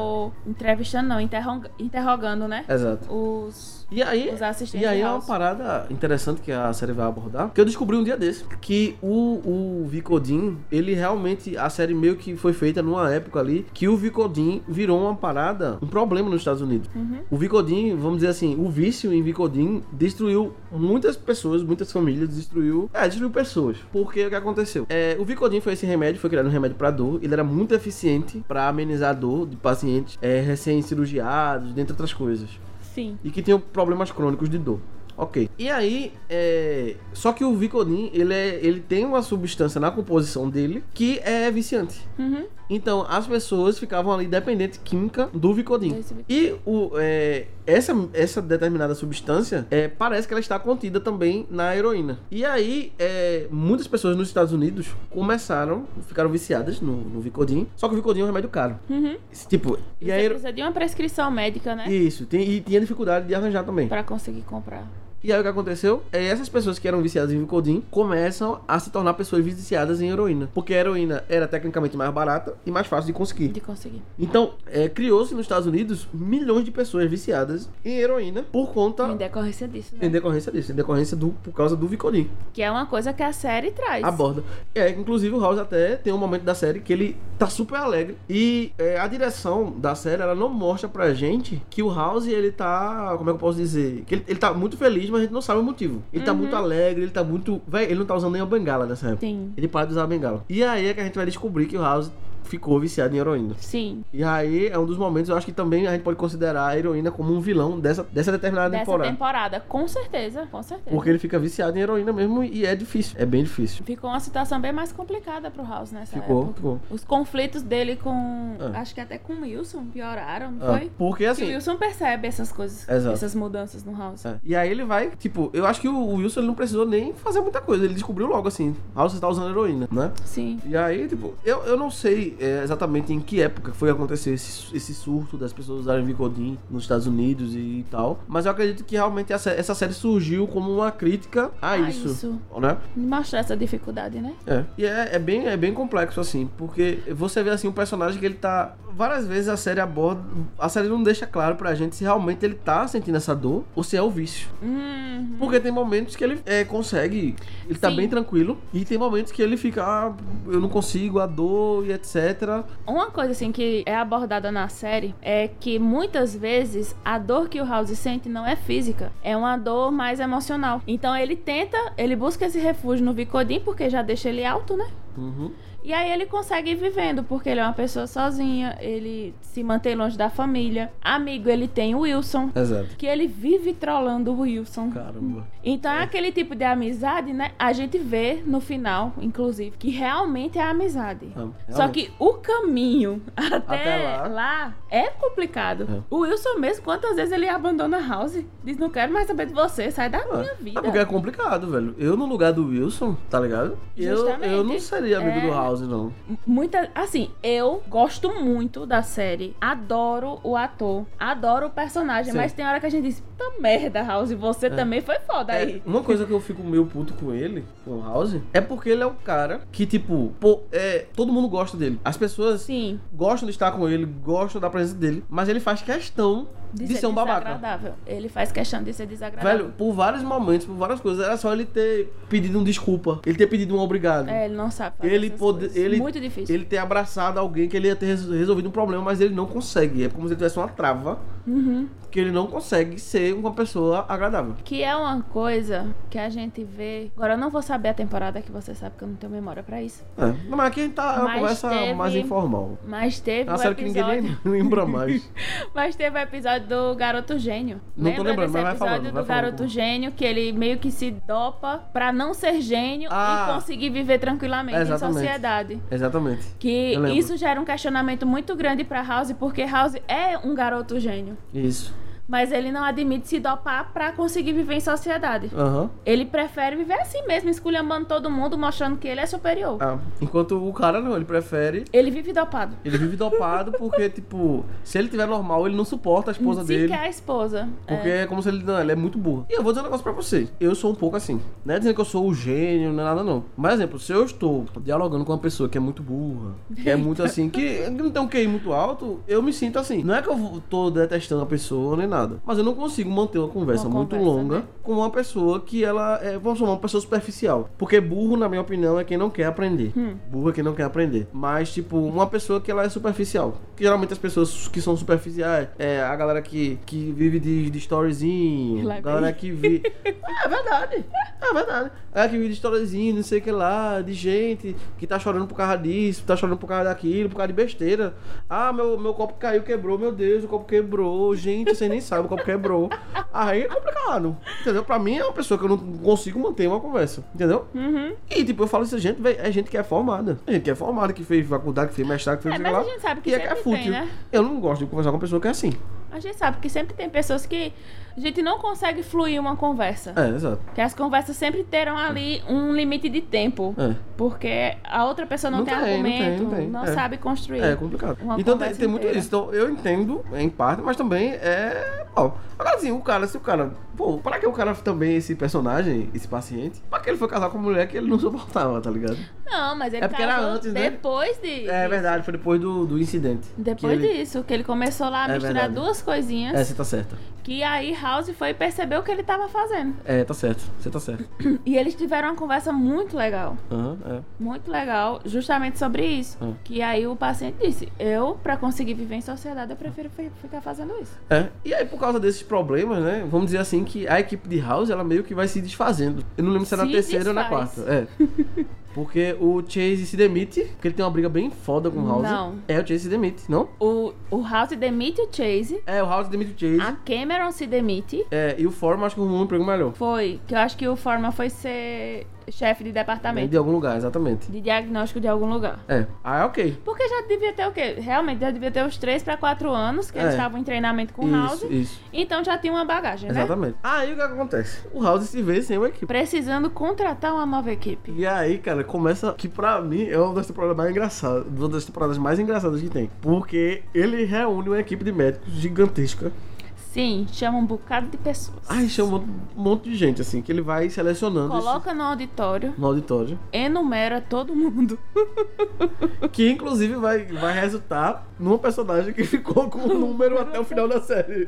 Speaker 3: entrevistando, não, interroga- interrogando, né?
Speaker 2: Exato.
Speaker 3: Os.
Speaker 2: E aí,
Speaker 3: Os
Speaker 2: e
Speaker 3: assistentes
Speaker 2: aí
Speaker 3: de
Speaker 2: é uma
Speaker 3: House.
Speaker 2: parada interessante que a série vai abordar, que eu descobri um dia desse, que o, o Vicodin, ele realmente, a série meio que foi feita numa época ali, que o Vicodin virou uma parada, um problema nos Estados Unidos.
Speaker 3: Uhum.
Speaker 2: O Vicodin, vamos dizer assim, o vício em Vicodin destruiu muitas pessoas, muitas famílias, destruiu, é, destruiu pessoas. Porque o que aconteceu? É, o Vicodin foi esse remédio, foi criado um remédio pra dor, ele era muito eficiente pra amenizar a dor de pacientes é, recém-cirurgiados, dentre outras coisas
Speaker 3: Sim.
Speaker 2: e que tinham problemas crônicos de dor. Ok. E aí, é... só que o Vicodin, ele, é... ele tem uma substância na composição dele que é viciante.
Speaker 3: Uhum.
Speaker 2: Então, as pessoas ficavam ali dependentes química do Vicodin.
Speaker 3: Desse Vicodin.
Speaker 2: E o, é, essa, essa determinada substância é, parece que ela está contida também na heroína. E aí, é, muitas pessoas nos Estados Unidos começaram, ficaram viciadas no, no Vicodin. Só que o Vicodin é um remédio caro.
Speaker 3: Uhum.
Speaker 2: Tipo, e
Speaker 3: Você
Speaker 2: a hero...
Speaker 3: precisa de uma prescrição médica, né?
Speaker 2: Isso, tem- e tinha dificuldade de arranjar também.
Speaker 3: Pra conseguir comprar.
Speaker 2: E aí o que aconteceu? É essas pessoas que eram viciadas em Vicodin começam a se tornar pessoas viciadas em heroína. Porque a heroína era tecnicamente mais barata e mais fácil de conseguir.
Speaker 3: De conseguir.
Speaker 2: Então, é, criou-se nos Estados Unidos milhões de pessoas viciadas em heroína por conta.
Speaker 3: Em decorrência disso, né?
Speaker 2: Em decorrência disso, em decorrência do. por causa do Vicodin.
Speaker 3: Que é uma coisa que a série traz.
Speaker 2: Aborda. É, inclusive o House até tem um momento da série que ele tá super alegre. E é, a direção da série, ela não mostra pra gente que o House, ele tá. Como é que eu posso dizer? Que ele, ele tá muito feliz, mas a gente não sabe o motivo. Ele tá muito alegre, ele tá muito. Véi, ele não tá usando nem a bengala nessa época.
Speaker 3: Uhum. Sim.
Speaker 2: Ele para de usar a bengala. E aí é que a gente vai descobrir que o House ficou viciado em heroína.
Speaker 3: Sim.
Speaker 2: E aí é um dos momentos, eu acho que também a gente pode considerar a heroína como um vilão dessa, dessa determinada
Speaker 3: Dessa
Speaker 2: temporada.
Speaker 3: temporada, com certeza, com certeza.
Speaker 2: Tá Porque ele fica viciado em heroína mesmo e é difícil. É bem difícil.
Speaker 3: Ficou uma situação bem mais complicada pro House nessa
Speaker 2: Ficou,
Speaker 3: época.
Speaker 2: ficou.
Speaker 3: Os conflitos dele com.
Speaker 2: Ah.
Speaker 3: Acho que até com o Wilson pioraram, não
Speaker 2: Ah,
Speaker 3: foi?
Speaker 2: porque
Speaker 3: Que o
Speaker 2: assim.
Speaker 3: Wilson percebe essas coisas,
Speaker 2: Exato.
Speaker 3: essas mudanças no House.
Speaker 2: é. E aí ele vai, tipo, eu acho que o Wilson ele não precisou nem fazer muita coisa. Ele descobriu logo assim, ah, você tá usando heroína, né?
Speaker 3: Sim.
Speaker 2: E aí, tipo, eu, eu não sei é, exatamente em que época foi acontecer esse, esse surto das pessoas usarem Vicodin nos Estados Unidos e, tal. Mas eu acredito que realmente essa, essa série surgiu como uma crítica a,
Speaker 3: Ah,
Speaker 2: isso,
Speaker 3: isso.
Speaker 2: né?
Speaker 3: Mostrar essa dificuldade, né?
Speaker 2: É. E é, é bem, é bem complexo, assim, porque você vê, assim, um personagem que ele tá... Várias vezes a série aborda... A série não deixa claro pra gente se realmente ele tá sentindo essa dor ou se é o vício.
Speaker 3: Hum,
Speaker 2: Porque tem momentos que ele é, consegue, ele tá
Speaker 3: Sim.
Speaker 2: bem tranquilo, e tem momentos que ele fica, ah, eu não consigo, a dor e etc.
Speaker 3: uma coisa assim que é abordada na série é que muitas vezes a dor que o House sente não é física, é uma dor mais emocional. Então ele tenta, ele busca esse refúgio no Vicodin porque já deixa ele alto, né?
Speaker 2: Uhum.
Speaker 3: E aí ele consegue ir vivendo, porque ele é uma pessoa sozinha, ele se mantém longe da família. Amigo, ele tem o Wilson,
Speaker 2: Exato.
Speaker 3: que ele vive trollando o Wilson.
Speaker 2: Caramba.
Speaker 3: Então é aquele tipo de amizade, né? A gente vê no final, inclusive, que realmente é amizade.
Speaker 2: Ah,
Speaker 3: Só
Speaker 2: realmente.
Speaker 3: que o caminho até,
Speaker 2: Até lá.
Speaker 3: lá. é complicado. O Wilson mesmo, quantas vezes ele abandona a House? Diz, não quero mais saber de você, sai da
Speaker 2: Ah,
Speaker 3: minha vida.
Speaker 2: É porque é complicado, velho. Eu no lugar do Wilson, tá ligado? Eu,
Speaker 3: Justamente.
Speaker 2: eu não seria amigo
Speaker 3: É.
Speaker 2: do House, não.
Speaker 3: Muita. Assim, eu gosto muito da série. Adoro o ator. Adoro o personagem.
Speaker 2: Sim.
Speaker 3: Mas tem hora que a gente diz: puta merda, House, você também foi foda aí.
Speaker 2: É, uma coisa que eu fico meio puto com ele, com o House, é porque ele é o cara que, tipo, pô, é, todo mundo gosta dele. As pessoas
Speaker 3: Sim.
Speaker 2: gostam de estar com ele, gostam da presença dele, mas ele faz questão de, ser um babaca.
Speaker 3: desagradável. Ele faz questão de ser desagradável.
Speaker 2: Velho, por vários momentos, por várias coisas, era só ele ter pedido um desculpa, ele ter pedido um obrigado.
Speaker 3: É, ele não sabe. fazer
Speaker 2: Ele
Speaker 3: essas
Speaker 2: poder,
Speaker 3: coisas.
Speaker 2: ele,
Speaker 3: Muito difícil.
Speaker 2: ele ter abraçado alguém que ele ia ter res- resolvido um problema, mas ele não consegue. É como se ele tivesse uma trava
Speaker 3: Uhum.
Speaker 2: que ele não consegue ser uma pessoa agradável.
Speaker 3: Que é uma coisa que a gente vê. Agora eu não vou saber a temporada que você sabe que eu não tenho memória pra isso.
Speaker 2: É, mas aqui a gente tá é uma
Speaker 3: Mas
Speaker 2: conversa
Speaker 3: teve-
Speaker 2: mais informal.
Speaker 3: Mas
Speaker 2: É
Speaker 3: teve
Speaker 2: uma
Speaker 3: um
Speaker 2: série que ninguém
Speaker 3: episódio.
Speaker 2: nem lembra mais.
Speaker 3: Mas teve o episódio do Garoto Gênio.
Speaker 2: Não tô
Speaker 3: Lembra
Speaker 2: lembrando,
Speaker 3: desse
Speaker 2: mas vai
Speaker 3: episódio
Speaker 2: falando,
Speaker 3: do
Speaker 2: vai falando.
Speaker 3: Garoto Gênio que ele meio que se dopa pra não ser gênio
Speaker 2: Ah.
Speaker 3: e conseguir viver tranquilamente em
Speaker 2: Exatamente.
Speaker 3: sociedade.
Speaker 2: Exatamente.
Speaker 3: Que
Speaker 2: Eu lembro.
Speaker 3: isso gera um questionamento muito grande pra House, porque House é um garoto gênio.
Speaker 2: Isso.
Speaker 3: Mas ele não admite se dopar pra conseguir viver em sociedade.
Speaker 2: Aham.
Speaker 3: Ele prefere viver assim mesmo, esculhambando todo mundo, mostrando que ele é superior.
Speaker 2: Ah, enquanto o cara não, ele prefere.
Speaker 3: Ele vive dopado.
Speaker 2: Ele vive dopado porque, tipo, se ele tiver normal, ele não suporta a esposa
Speaker 3: Se
Speaker 2: dele.
Speaker 3: quer é a esposa.
Speaker 2: Porque é como se ele. Não, ele é muito burro. E eu vou dizer um negócio pra você. Eu sou um pouco assim. Não é dizendo que eu sou o gênio, não é nada não. Mas, exemplo, se eu estou dialogando com uma pessoa que é muito burra, que é muito assim, que não tem um QI muito alto, eu me sinto assim. Não é que eu vou- tô detestando a pessoa nem nada. Mas eu não consigo manter uma conversa
Speaker 3: Uma
Speaker 2: muito
Speaker 3: conversa,
Speaker 2: longa
Speaker 3: né?
Speaker 2: com uma pessoa que ela é, vamos chamar, uma pessoa superficial. Porque burro, na minha opinião, é quem não quer aprender. Burro é quem não quer aprender. Mas, tipo, uma pessoa que ela é superficial. Que geralmente as pessoas que são superficiais, é a galera que, que vive de, de storyzinho,
Speaker 3: Lá
Speaker 2: a
Speaker 3: vem.
Speaker 2: galera que vive. é verdade. É verdade. A galera que vive de storyzinho, não sei o que lá, de gente que tá chorando por causa disso, tá chorando por causa daquilo, por causa de besteira. Ah, meu, meu copo caiu, quebrou, meu Deus, o copo quebrou. Gente, você nem sabe, o copo quebrou. Aí é complicado. Entendeu? Pra mim é uma pessoa que eu não consigo manter uma conversa. Entendeu?
Speaker 3: É. Uhum.
Speaker 2: E tipo, eu falo isso, gente, véi, é gente que é formada. É gente que é formada, que fez faculdade, que fez mestrado, que fez
Speaker 3: É,
Speaker 2: não sei
Speaker 3: mas
Speaker 2: lá.
Speaker 3: a gente sabe que
Speaker 2: e é que é
Speaker 3: sempre tem,
Speaker 2: fútil.
Speaker 3: né?
Speaker 2: Eu não gosto de conversar com uma pessoa que é assim.
Speaker 3: A gente sabe que sempre tem pessoas que a gente não consegue fluir uma conversa.
Speaker 2: É, exato.
Speaker 3: Que as conversas sempre terão ali um limite de tempo.
Speaker 2: É.
Speaker 3: Porque a outra pessoa não,
Speaker 2: Não
Speaker 3: tem,
Speaker 2: tem, não
Speaker 3: argumento,
Speaker 2: tem,
Speaker 3: não,
Speaker 2: não tem. É.
Speaker 3: sabe construir.
Speaker 2: É complicado.
Speaker 3: Uma
Speaker 2: então tem,
Speaker 3: conversa
Speaker 2: tem muito
Speaker 3: inteira.
Speaker 2: isso. Então eu entendo, em parte, mas também é. Bom, agora assim, o cara, se o cara. Pô, para que o cara também, é esse personagem, esse paciente, pra que ele foi casar com uma mulher que ele não suportava, tá ligado?
Speaker 3: Não, mas ele
Speaker 2: É porque era
Speaker 3: casou
Speaker 2: antes, né?
Speaker 3: depois de.
Speaker 2: É verdade, foi depois do, do incidente.
Speaker 3: Depois
Speaker 2: que ele-
Speaker 3: disso, que ele começou lá a
Speaker 2: É
Speaker 3: misturar
Speaker 2: verdade.
Speaker 3: duas coisinhas.
Speaker 2: É, você tá certa.
Speaker 3: Que aí House foi perceber o que ele tava fazendo.
Speaker 2: É, tá certo. Você tá certo.
Speaker 3: E eles tiveram uma conversa muito legal.
Speaker 2: Aham, é.
Speaker 3: Muito legal, justamente sobre isso.
Speaker 2: Hum.
Speaker 3: Que aí o paciente disse: Eu, pra conseguir viver em sociedade, eu prefiro fi- ficar fazendo isso.
Speaker 2: É. E aí, por causa desses problemas, né? Vamos dizer assim que a equipe de House, ela meio que vai se desfazendo. Eu não lembro se é na
Speaker 3: Se
Speaker 2: terceira ou na
Speaker 3: desfaz.
Speaker 2: quarta. É. Porque o Chase se demite, porque ele tem uma briga bem foda com o House.
Speaker 3: Não.
Speaker 2: É, o Chase se demite, não?
Speaker 3: O, o House demite o Chase,
Speaker 2: É, o House demite o Chase.
Speaker 3: a Cameron se demite.
Speaker 2: É, e o Forma acho que arrumou um emprego melhor.
Speaker 3: Foi, que eu acho que o Forma foi ser chefe de
Speaker 2: Vem
Speaker 3: departamento,
Speaker 2: de algum lugar, exatamente.
Speaker 3: de diagnóstico de algum lugar.
Speaker 2: É. Ah, é ok.
Speaker 3: Porque já devia ter o quê? Realmente, já devia ter uns 3 pra 4 anos que eles
Speaker 2: É.
Speaker 3: estavam em treinamento com o
Speaker 2: isso,
Speaker 3: House.
Speaker 2: isso.
Speaker 3: Então já tinha uma bagagem, né?
Speaker 2: Exatamente. Aí o que acontece? O House se vê sem uma equipe.
Speaker 3: Precisando contratar uma nova equipe.
Speaker 2: E aí, cara, começa que pra mim é uma das temporadas mais engraçadas, uma das temporadas mais engraçadas que tem. Porque ele reúne uma equipe de médicos gigantesca.
Speaker 3: Sim, chama um bocado de pessoas.
Speaker 2: Ai, chama um monte de gente, assim, que ele vai selecionando esses-
Speaker 3: Coloca no auditório,
Speaker 2: no auditório.
Speaker 3: enumera todo mundo.
Speaker 2: Que inclusive vai, vai resultar numa personagem que ficou com o número até o final da série.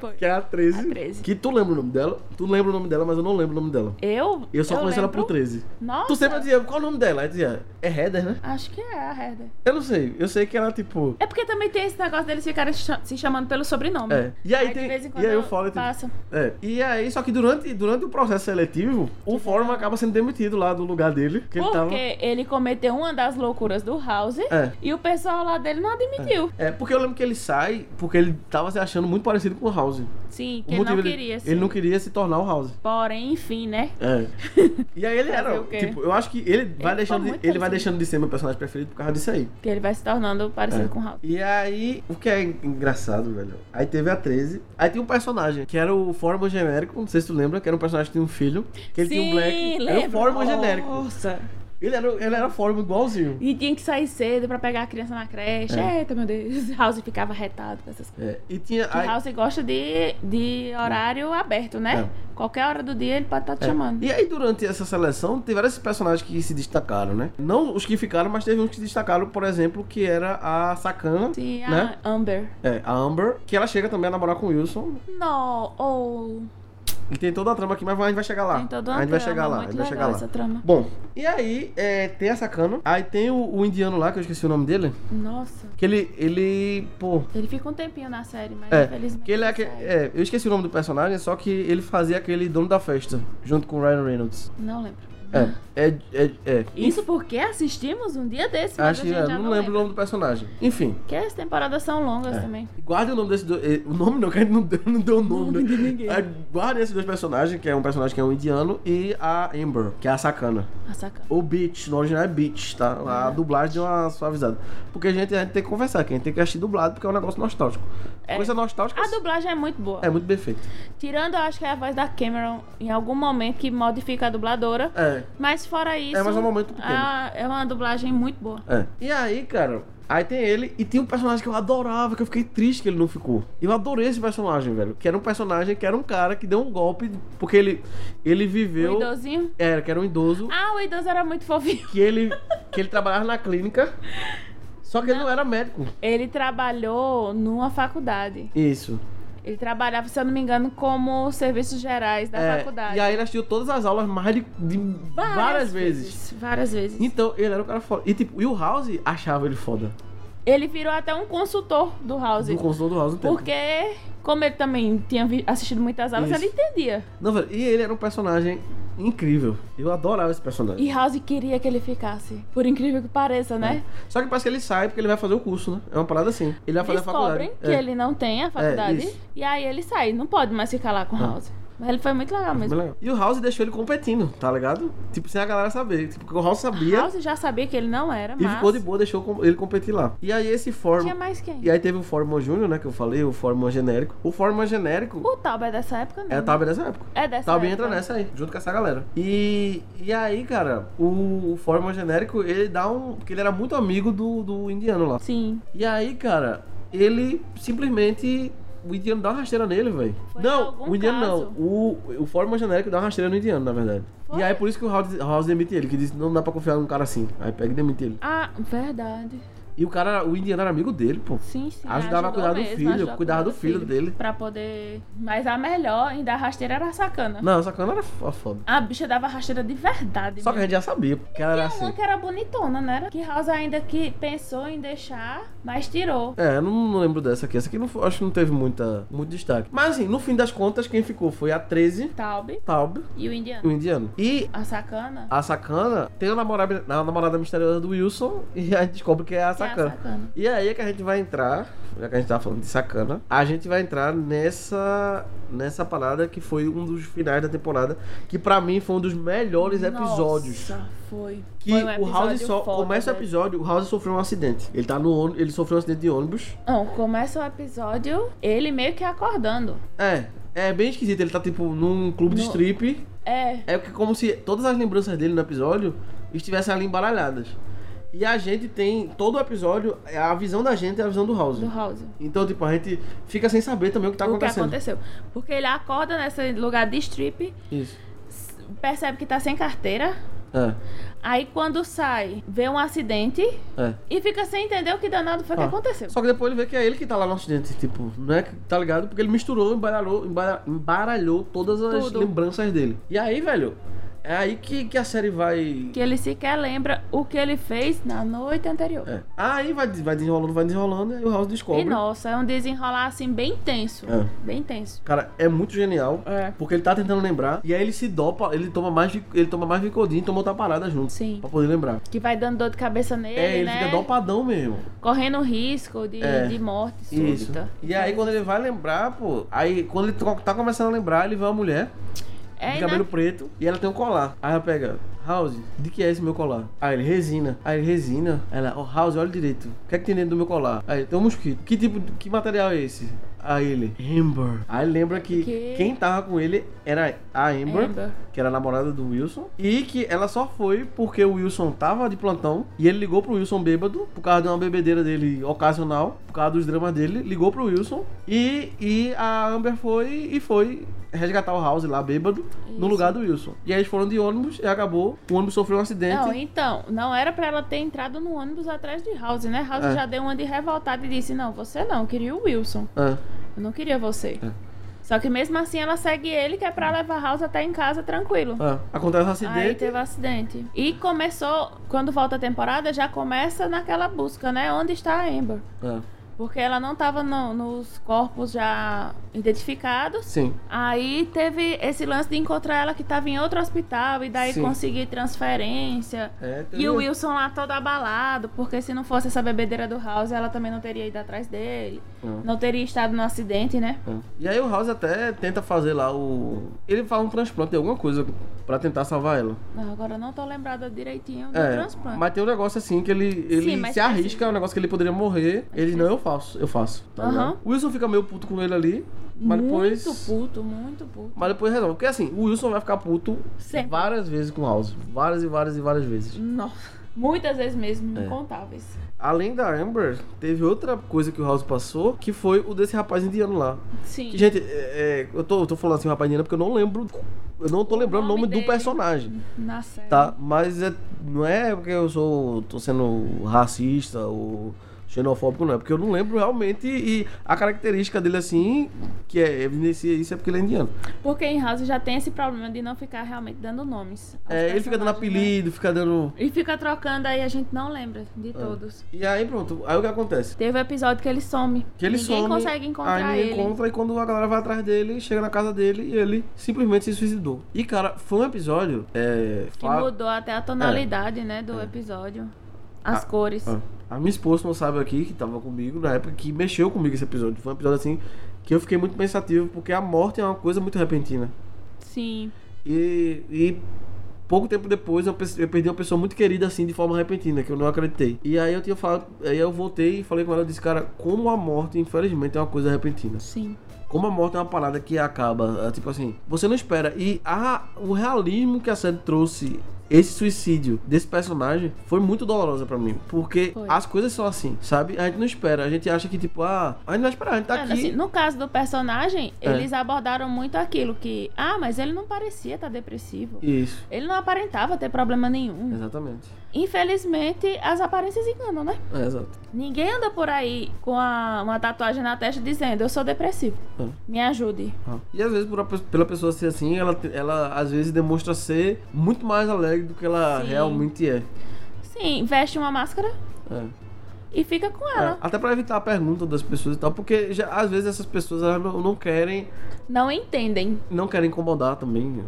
Speaker 3: Foi.
Speaker 2: Que é a 13.
Speaker 3: A 13.
Speaker 2: Que tu lembra o nome dela? Tu lembra o nome dela, mas eu não lembro o nome dela.
Speaker 3: Eu?
Speaker 2: Eu só conheço ela
Speaker 3: lembro-
Speaker 2: por 13.
Speaker 3: Nossa.
Speaker 2: Tu sempre dizia, qual o nome dela? Aí dizia, é Heather, né?
Speaker 3: Acho que é a Herder.
Speaker 2: Eu não sei. Eu sei que ela, tipo.
Speaker 3: É porque também tem esse negócio deles ficarem cha- se chamando pelo sobrenome.
Speaker 2: É. E aí, tem.
Speaker 3: de vez em quando
Speaker 2: e aí o Fowler tem-
Speaker 3: passa.
Speaker 2: É. E aí, só que durante, durante o processo seletivo, o Foreman acaba sendo demitido lá do lugar dele. Que ele tava.
Speaker 3: Porque ele cometeu uma das loucuras do House
Speaker 2: É.
Speaker 3: e o pessoal lá dele não admitiu.
Speaker 2: É, porque eu lembro que ele sai porque ele tava se achando muito parecido com o House.
Speaker 3: Sim,
Speaker 2: O
Speaker 3: que ele
Speaker 2: motivo
Speaker 3: não
Speaker 2: dele-
Speaker 3: queria. sim.
Speaker 2: Ele não queria se tornar o House.
Speaker 3: Porém, enfim, né?
Speaker 2: É. E aí ele
Speaker 3: Fazer
Speaker 2: era,
Speaker 3: o quê?
Speaker 2: tipo, eu acho que ele vai
Speaker 3: tá
Speaker 2: deixando de,
Speaker 3: muito
Speaker 2: ele vai
Speaker 3: parecido.
Speaker 2: deixando de ser meu personagem preferido por causa disso aí.
Speaker 3: Porque ele vai se tornando parecido com o House.
Speaker 2: É. E aí, o que é engraçado, velho. Aí teve a 13. Aí tem um personagem, que era o Forma Genérico, não sei se tu lembra, que era um personagem que tinha um filho, que ele
Speaker 3: Sim,
Speaker 2: tinha um black, era o
Speaker 3: lembro.
Speaker 2: Forma Genérico.
Speaker 3: Nossa.
Speaker 2: Ele era, ele era Forma igualzinho.
Speaker 3: E tinha que sair cedo pra pegar a criança na creche. Eita, meu Deus. House ficava retado com essas coisas.
Speaker 2: É, e tinha
Speaker 3: Que
Speaker 2: aí-
Speaker 3: House gosta de, de horário aberto, né? Qualquer hora do dia ele pode estar te chamando.
Speaker 2: É. E aí, durante essa seleção, tiveram esses personagens que se destacaram, né? Não os que ficaram, mas teve uns que se destacaram, por exemplo, que era a Sakana,
Speaker 3: Sim, a
Speaker 2: né?
Speaker 3: Amber.
Speaker 2: É, a Amber, que ela chega também a namorar com o Wilson,
Speaker 3: Não, ou.
Speaker 2: E tem toda a trama aqui, mas a gente vai chegar lá.
Speaker 3: Tem toda uma
Speaker 2: Ah, a gente vai
Speaker 3: trama,
Speaker 2: chegar lá, a
Speaker 3: muito
Speaker 2: gente vai
Speaker 3: legal
Speaker 2: chegar lá.
Speaker 3: essa trama.
Speaker 2: Bom, e aí é, tem essa cana. Aí tem o, o indiano lá, que eu esqueci o nome dele.
Speaker 3: Nossa.
Speaker 2: Que ele. Ele. Pô.
Speaker 3: Ele fica um tempinho na série, mas
Speaker 2: É,
Speaker 3: infelizmente.
Speaker 2: que ele é,
Speaker 3: não
Speaker 2: aque-
Speaker 3: sai.
Speaker 2: é, eu esqueci o nome do personagem, só que ele fazia aquele dono da festa, junto com o Ryan Reynolds.
Speaker 3: Não lembro.
Speaker 2: É, é, é, é.
Speaker 3: Ah. Isso porque assistimos um dia desse, mas
Speaker 2: Acho
Speaker 3: a
Speaker 2: que
Speaker 3: gente
Speaker 2: é,
Speaker 3: já
Speaker 2: não lembro É. o nome do personagem. Enfim,
Speaker 3: Porque as temporadas são longas também.
Speaker 2: guarde o nome desse. Do... eh, O nome não, que a gente não deu, não deu o nome.
Speaker 3: Nome
Speaker 2: né?
Speaker 3: de ninguém.
Speaker 2: Ah, Guarde esses dois personagens, que é um personagem que é um indiano, e a Amber, que é a sacana.
Speaker 3: A Ah, saca.
Speaker 2: Ou Beach, no original é Beach, tá? A dublagem deu uma suavizada. Porque a gente, a gente tem que conversar, que a gente tem que assistir dublado, porque é um negócio nostálgico. Coisa nostálgica
Speaker 3: A dublagem é muito boa.
Speaker 2: é muito bem feito.
Speaker 3: Tirando, eu acho que é a voz da Cameron em algum momento que modifica a dubladora.
Speaker 2: É,
Speaker 3: Mas fora isso.
Speaker 2: mas é um momento pequeno.
Speaker 3: a- é uma dublagem muito boa.
Speaker 2: é. E aí, cara, aí tem ele, e tem um personagem que eu adorava, que eu fiquei triste que ele não ficou. Eu adorei esse personagem, velho. Que era um personagem que era um cara que deu um golpe, porque ele, ele viveu.
Speaker 3: O idosinho.
Speaker 2: Era, que era um idoso,
Speaker 3: Ah, o idoso era muito fofinho.
Speaker 2: que ele, que ele trabalhava na clínica, só que ele não era médico.
Speaker 3: Ele trabalhou numa faculdade.
Speaker 2: Isso.
Speaker 3: Ele trabalhava, se eu não me engano, como serviços gerais da
Speaker 2: É,
Speaker 3: faculdade.
Speaker 2: E aí ele assistiu todas as aulas mais de, de várias, vezes.
Speaker 3: Várias vezes.
Speaker 2: Então, ele era um cara foda. E tipo, e o House achava ele foda.
Speaker 3: Ele virou até um consultor do House.
Speaker 2: Do consultor do House um tempo.
Speaker 3: Porque, como ele também tinha vi- assistido muitas aulas,
Speaker 2: Isso.
Speaker 3: ele entendia.
Speaker 2: Não, velho, e ele era um personagem incrível. Eu adorava esse personagem.
Speaker 3: E House queria que ele ficasse. Por incrível que pareça, né?
Speaker 2: Só que parece que ele sai porque ele vai fazer o curso, né? É uma parada assim. Ele vai fazer
Speaker 3: Descobrem
Speaker 2: a faculdade.
Speaker 3: que
Speaker 2: É.
Speaker 3: ele não tem a faculdade.
Speaker 2: isso. Ah.
Speaker 3: e aí ele sai. Não pode mais ficar lá com House. Mas ele foi muito legal
Speaker 2: Bem
Speaker 3: é mesmo.
Speaker 2: legal. E o House deixou ele competindo, tá ligado? Tipo, sem a galera saber. Tipo, porque o House sabia
Speaker 3: House já sabia que ele não era,
Speaker 2: e
Speaker 3: mas.
Speaker 2: ficou de boa, deixou com- ele competir lá. E aí esse
Speaker 3: Tinha
Speaker 2: Forma.
Speaker 3: mais quem?
Speaker 2: E aí teve o Forma Júnior, né? Que eu falei, o Forma Genérico. O Forma Genérico
Speaker 3: O Tauber é dessa época, não.
Speaker 2: é a Tabia dessa época.
Speaker 3: É dessa
Speaker 2: Talbin
Speaker 3: época.
Speaker 2: Tá entra nessa aí, junto com essa galera. E, e aí, cara, o, o Foreman genérico, ele dá um. Porque ele era muito amigo do, do indiano lá.
Speaker 3: Sim.
Speaker 2: E aí, cara, ele simplesmente. O indiano dá uma rasteira nele, velho.
Speaker 3: Foi
Speaker 2: Não,
Speaker 3: algum
Speaker 2: o indiano
Speaker 3: caso.
Speaker 2: não. O, o Foreman genérico dá uma rasteira no indiano, na verdade.
Speaker 3: Foi?
Speaker 2: E aí, por isso que o House, House demite ele, que disse: não dá pra confiar num cara assim. Aí pega e demite ele.
Speaker 3: Ah, verdade.
Speaker 2: E o cara, o indiano era amigo dele, pô.
Speaker 3: Sim, sim.
Speaker 2: Ajudava a
Speaker 3: ajudou
Speaker 2: cuidar do
Speaker 3: mesmo,
Speaker 2: filho,
Speaker 3: ajudou a
Speaker 2: cuidava
Speaker 3: cuidar
Speaker 2: do filho dele.
Speaker 3: Pra poder. Mas a melhor, ainda a rasteira era sacana.
Speaker 2: Não, essa cara era fo- foda.
Speaker 3: A bicha dava rasteira de verdade.
Speaker 2: Só que a
Speaker 3: mesmo.
Speaker 2: gente já sabia, porque ela era
Speaker 3: Tinha uma
Speaker 2: assim.
Speaker 3: que era bonitona, né? Que House ainda que pensou em deixar, mas tirou.
Speaker 2: É, eu não lembro dessa aqui. Essa aqui não foi- acho que não teve muita, muito destaque. Mas assim, no fim das contas, quem ficou foi a 13,
Speaker 3: Taube
Speaker 2: Taub,
Speaker 3: e o
Speaker 2: o
Speaker 3: indiano.
Speaker 2: indiano. E
Speaker 3: A sacana.
Speaker 2: a Sakana tem a namorada, a namorada misteriosa do Wilson e a gente descobre que é a
Speaker 3: que é a
Speaker 2: Sakana.
Speaker 3: sacana.
Speaker 2: E aí é que a gente vai entrar, já que a gente tava falando de Sakana, a gente vai entrar nessa nessa parada que foi um dos finais da temporada, que pra mim foi um dos melhores episódios.
Speaker 3: Nossa, foi.
Speaker 2: Que
Speaker 3: Foi um
Speaker 2: o House
Speaker 3: episódio
Speaker 2: só
Speaker 3: foda,
Speaker 2: começa o
Speaker 3: velho.
Speaker 2: episódio, o House sofreu um acidente. Ele tá no ônibus, ele sofreu um acidente de ônibus.
Speaker 3: Não, começa o episódio ele meio que acordando.
Speaker 2: É, É bem esquisito, ele tá tipo num clube de
Speaker 3: No-
Speaker 2: strip.
Speaker 3: É.
Speaker 2: É que como se todas as lembranças dele no episódio estivessem ali embaralhadas. E a gente tem, todo o episódio, a visão da gente é a visão do House.
Speaker 3: Do House.
Speaker 2: Então, tipo, a gente fica sem saber também o que tá
Speaker 3: o que
Speaker 2: acontecendo.
Speaker 3: aconteceu. Porque ele acorda nesse lugar de strip,
Speaker 2: Isso.
Speaker 3: s- percebe que tá sem carteira.
Speaker 2: É,
Speaker 3: Aí quando sai, vê um acidente
Speaker 2: é.
Speaker 3: e fica sem entender o que danado foi
Speaker 2: Ah.
Speaker 3: que aconteceu.
Speaker 2: Só que depois ele vê que é ele que tá lá no acidente, tipo, não é? que- Tá ligado? Porque ele misturou, embaralhou, embara- embaralhou todas as
Speaker 3: Tudo.
Speaker 2: lembranças dele. E aí, velho, é aí que, que a série vai.
Speaker 3: Que ele sequer lembra o que ele fez na noite anterior.
Speaker 2: É. Aí vai, vai desenrolando, vai desenrolando, e aí o House descobre.
Speaker 3: E nossa, é um desenrolar assim bem tenso.
Speaker 2: É.
Speaker 3: Bem tenso.
Speaker 2: Cara, é muito genial.
Speaker 3: É.
Speaker 2: Porque ele tá tentando lembrar. E aí ele se dopa, ele toma mais, vi- ele toma mais Vicodin e toma outra parada junto.
Speaker 3: Sim.
Speaker 2: Pra poder lembrar.
Speaker 3: Que vai dando dor de cabeça nele,
Speaker 2: é, ele
Speaker 3: né?
Speaker 2: fica dopadão mesmo.
Speaker 3: Correndo risco de,
Speaker 2: É.
Speaker 3: de morte súbita.
Speaker 2: Isso. E aí quando ele vai lembrar, pô. Aí quando ele to- tá começando a lembrar, ele vê uma mulher.
Speaker 3: É,
Speaker 2: de
Speaker 3: e
Speaker 2: cabelo
Speaker 3: na-
Speaker 2: preto e ela tem um colar. Aí ela pega, House, de que é esse meu colar? Aí ele, resina. Aí ele, resina. Aí Ela, ó, House, olha direito. O que é que tem dentro do meu colar? Aí ele, tem um mosquito. Que tipo, de- que material é esse? Aí ele, Amber. Aí ele lembra que
Speaker 3: Que?
Speaker 2: quem tava com ele era a Amber,
Speaker 3: Amber.
Speaker 2: que era a namorada do Wilson, e que ela só foi porque o Wilson tava de plantão e ele ligou pro Wilson bêbado, por causa de uma bebedeira dele ocasional, por causa dos dramas dele, ligou pro Wilson e, e a Amber foi e foi resgatar o House lá bêbado no
Speaker 3: Isso.
Speaker 2: lugar do Wilson. E aí eles foram de ônibus e acabou, o ônibus sofreu um acidente.
Speaker 3: Não, então, não era pra ela ter entrado no ônibus atrás de House, né? House
Speaker 2: É.
Speaker 3: já deu uma de revoltada e disse: Não, você não, eu queria o Wilson.
Speaker 2: Ah,
Speaker 3: Eu não queria você.
Speaker 2: É.
Speaker 3: Só que mesmo assim ela segue ele, que é pra levar House até em casa tranquilo.
Speaker 2: ah, acontece um
Speaker 3: Aí
Speaker 2: acidente.
Speaker 3: teve um acidente. E começou, quando volta a temporada, já começa naquela busca, né? Onde está a Amber?
Speaker 2: Ah,
Speaker 3: Porque ela não tava no- nos corpos já identificados.
Speaker 2: sim.
Speaker 3: Aí teve esse lance de encontrar ela que tava em outro hospital e daí
Speaker 2: Sim.
Speaker 3: conseguir transferência.
Speaker 2: É, teve-
Speaker 3: E o Wilson lá todo abalado, porque se não fosse essa bebedeira do House, ela também não teria ido atrás dele.
Speaker 2: Ah.
Speaker 3: Não teria estado no acidente, né?
Speaker 2: É. E aí o House até tenta fazer lá o. Ele faz um transplante, alguma coisa, pra tentar salvar ela.
Speaker 3: Não, agora eu não tô lembrada direitinho do
Speaker 2: É,
Speaker 3: transplante.
Speaker 2: mas tem um negócio assim que ele, ele
Speaker 3: Sim, mas
Speaker 2: se
Speaker 3: faz
Speaker 2: arrisca, é um negócio que ele poderia morrer. Ele, não, eu faço, eu faço. Tá
Speaker 3: Aham.
Speaker 2: ligado? O Wilson fica meio puto com ele ali, mas
Speaker 3: muito
Speaker 2: depois.
Speaker 3: puto, muito puto.
Speaker 2: Mas depois resolve. Porque assim, o Wilson vai ficar puto
Speaker 3: Sempre.
Speaker 2: várias vezes com o House. Várias e várias e várias vezes.
Speaker 3: Nossa. Muitas vezes mesmo,
Speaker 2: É.
Speaker 3: incontáveis.
Speaker 2: Além da Amber, teve outra coisa que o House passou, que foi o desse rapaz indiano lá.
Speaker 3: Sim.
Speaker 2: Que, gente, é, é, eu, tô, eu tô falando assim, rapaz indiano, porque eu não lembro. Eu não tô lembrando o
Speaker 3: nome
Speaker 2: nome, do
Speaker 3: dele.
Speaker 2: personagem.
Speaker 3: Na série.
Speaker 2: Tá, mas é- não é porque eu sou. tô sendo racista ou xenofóbico, não. É porque eu não lembro realmente. E a característica dele assim, que é evidencia isso, é porque ele é indiano.
Speaker 3: Porque em House já tem esse problema de não ficar realmente dando nomes. aos
Speaker 2: É, ele fica dando
Speaker 3: personagens,
Speaker 2: apelido, fica dando.
Speaker 3: né? E fica trocando aí, a gente não lembra
Speaker 2: Ah.
Speaker 3: de todos.
Speaker 2: E aí pronto, aí o que acontece?
Speaker 3: Teve um episódio que ele some.
Speaker 2: Que ele
Speaker 3: ninguém
Speaker 2: some,
Speaker 3: consegue encontrar
Speaker 2: aí ninguém
Speaker 3: ele.
Speaker 2: encontra e quando a galera vai atrás dele, chega na casa dele e ele simplesmente se suicidou. E cara, foi um episódio. É,
Speaker 3: Que
Speaker 2: fa-
Speaker 3: mudou até a tonalidade, né, do episódio. As cores.
Speaker 2: É. Ah, A minha esposa não sabe aqui, que tava comigo na época, que mexeu comigo esse episódio. Foi um episódio assim que eu fiquei muito pensativo, porque a morte é uma coisa muito repentina.
Speaker 3: Sim.
Speaker 2: E, e pouco tempo depois eu, pe- eu perdi uma pessoa muito querida assim, de forma repentina, que eu não acreditei. E aí eu tinha falado, aí eu voltei e falei com ela, eu disse, cara, como a morte, infelizmente, é uma coisa repentina.
Speaker 3: Sim.
Speaker 2: Como a morte é uma parada que acaba, é, tipo assim, você não espera. E a, o realismo que a série trouxe, esse suicídio desse personagem, foi muito dolorosa pra mim. Porque
Speaker 3: Foi.
Speaker 2: as coisas são assim, sabe? A gente não espera. A gente acha que, tipo, ah, a gente não espera, a gente tá
Speaker 3: É,
Speaker 2: aqui.
Speaker 3: assim, no caso do personagem,
Speaker 2: É.
Speaker 3: eles abordaram muito aquilo que, ah, mas ele não parecia estar depressivo.
Speaker 2: Isso,
Speaker 3: Ele não aparentava ter problema nenhum.
Speaker 2: exatamente.
Speaker 3: Infelizmente, as aparências enganam, né?
Speaker 2: É, exato.
Speaker 3: Ninguém anda por aí com a- uma tatuagem na testa dizendo, eu sou depressivo,
Speaker 2: É.
Speaker 3: me ajude.
Speaker 2: Ah. E às vezes, por a pe- pela pessoa ser assim, ela, te- ela às vezes demonstra ser muito mais alegre do que ela
Speaker 3: Sim.
Speaker 2: realmente é.
Speaker 3: Sim, veste uma máscara
Speaker 2: É.
Speaker 3: e fica com
Speaker 2: É,
Speaker 3: ela.
Speaker 2: Até pra evitar a pergunta das pessoas e tal, porque já- às vezes essas pessoas elas não, não querem
Speaker 3: Não entendem.
Speaker 2: não quero incomodar também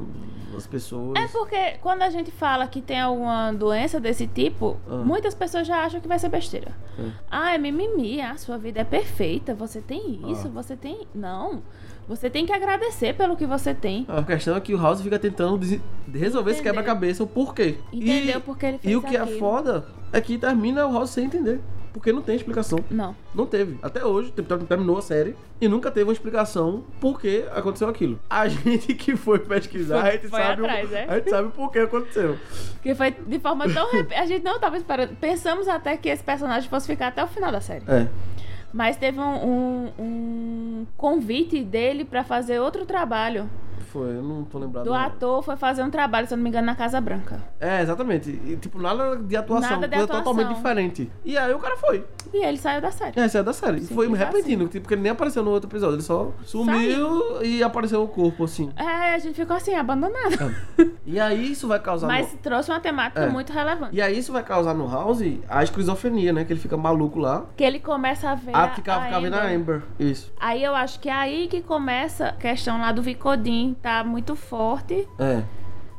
Speaker 2: as pessoas.
Speaker 3: É porque quando a gente fala que tem alguma doença desse tipo,
Speaker 2: Ah.
Speaker 3: muitas pessoas já acham que vai ser besteira.
Speaker 2: É.
Speaker 3: Ah, é mimimi, ah, sua vida é perfeita, você tem isso,
Speaker 2: Ah.
Speaker 3: você tem. Não. Você tem que agradecer pelo que você tem.
Speaker 2: A questão é que o House fica tentando des- resolver esse
Speaker 3: Entender.
Speaker 2: quebra-cabeça, o porquê.
Speaker 3: Entendeu
Speaker 2: E,
Speaker 3: porque ele fez
Speaker 2: e o que é
Speaker 3: aquilo.
Speaker 2: foda é que termina o House sem entender. Porque não tem explicação.
Speaker 3: Não.
Speaker 2: Não teve. Até hoje, tem- tem- terminou a série e nunca teve uma explicação por que aconteceu aquilo. A gente que foi pesquisar,
Speaker 3: Foi-
Speaker 2: a gente
Speaker 3: foi
Speaker 2: sabe. o-
Speaker 3: atrás, é?
Speaker 2: A gente sabe por que aconteceu.
Speaker 3: Porque foi de forma tão. rep- A gente não tava esperando. Pensamos até que esse personagem fosse ficar até o final da série.
Speaker 2: É.
Speaker 3: Mas teve um, um- um convite dele pra fazer outro trabalho.
Speaker 2: Foi, eu não tô lembrado.
Speaker 3: Do
Speaker 2: não.
Speaker 3: ator foi fazer um trabalho, se eu não me engano, na Casa Branca.
Speaker 2: É, exatamente. E, tipo, nada de atuação.
Speaker 3: Nada de
Speaker 2: coisa
Speaker 3: atuação.
Speaker 2: totalmente diferente. E aí o cara foi.
Speaker 3: E ele saiu da série.
Speaker 2: É, saiu da série. E foi
Speaker 3: Simples assim.
Speaker 2: repetindo, tipo, porque ele nem apareceu no outro episódio. Ele só sumiu e apareceu o corpo, assim.
Speaker 3: É, a gente ficou assim, abandonado.
Speaker 2: E aí isso vai causar. no-
Speaker 3: Mas trouxe uma temática
Speaker 2: É.
Speaker 3: muito relevante.
Speaker 2: E aí isso vai causar no House a esquizofrenia, né? Que ele fica maluco lá.
Speaker 3: Que ele começa a ver.
Speaker 2: Ah,
Speaker 3: a-
Speaker 2: ficar,
Speaker 3: a
Speaker 2: ficar vendo a
Speaker 3: Amber.
Speaker 2: Amber. Isso.
Speaker 3: Aí eu acho que é aí que começa a questão lá do Vicodin, tá muito forte.
Speaker 2: É.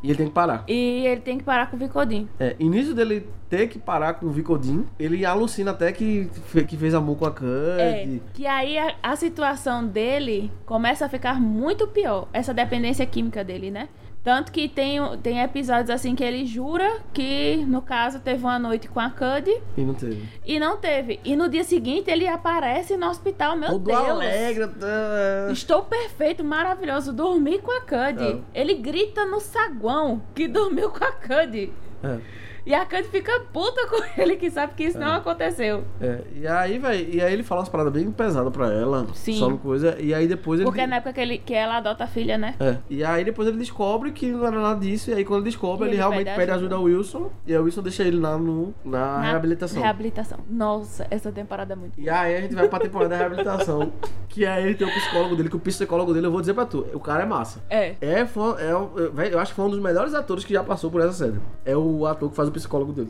Speaker 2: E ele tem que parar.
Speaker 3: E ele tem que parar com o Vicodin.
Speaker 2: É, início dele ter que parar com o Vicodin, ele alucina até que, fe- que fez amor com a Cud.
Speaker 3: É, que aí a, a situação dele começa a ficar muito pior, essa dependência química dele, né? Tanto que tem, o- tem episódios assim que ele jura que, no caso, teve uma noite com a Cuddy
Speaker 2: E não teve.
Speaker 3: e não teve. E no dia seguinte ele aparece no hospital, meu
Speaker 2: Todo
Speaker 3: Deus!
Speaker 2: alegre. tá?
Speaker 3: Estou perfeito, maravilhoso, dormi com a Cuddy. Ele grita no saguão que dormiu com a Cuddy.
Speaker 2: É.
Speaker 3: E a Cuddy fica puta com ele, que sabe que isso não aconteceu.
Speaker 2: É, e aí, velho, e aí ele fala umas paradas bem pesadas pra ela.
Speaker 3: Sim.
Speaker 2: Só uma coisa. E aí depois ele.
Speaker 3: Porque é na época que, ele, que ela adota a filha, né?
Speaker 2: É. E aí depois ele descobre que não era nada disso. E aí quando ele descobre,
Speaker 3: E
Speaker 2: ele,
Speaker 3: ele
Speaker 2: realmente
Speaker 3: pede
Speaker 2: pede ajuda. ao Wilson. E aí o Wilson deixa ele lá no, na,
Speaker 3: Na
Speaker 2: reabilitação.
Speaker 3: Reabilitação. Nossa, essa temporada é muito.
Speaker 2: E aí a gente vai pra temporada da reabilitação. Que aí ele tem o psicólogo dele, que o psicólogo dele, eu vou dizer pra tu, o cara é massa.
Speaker 3: É.
Speaker 2: É, fã- é, o- é, véi, eu acho que foi um dos melhores atores que já passou por essa série. É o ator que faz o psicólogo dele.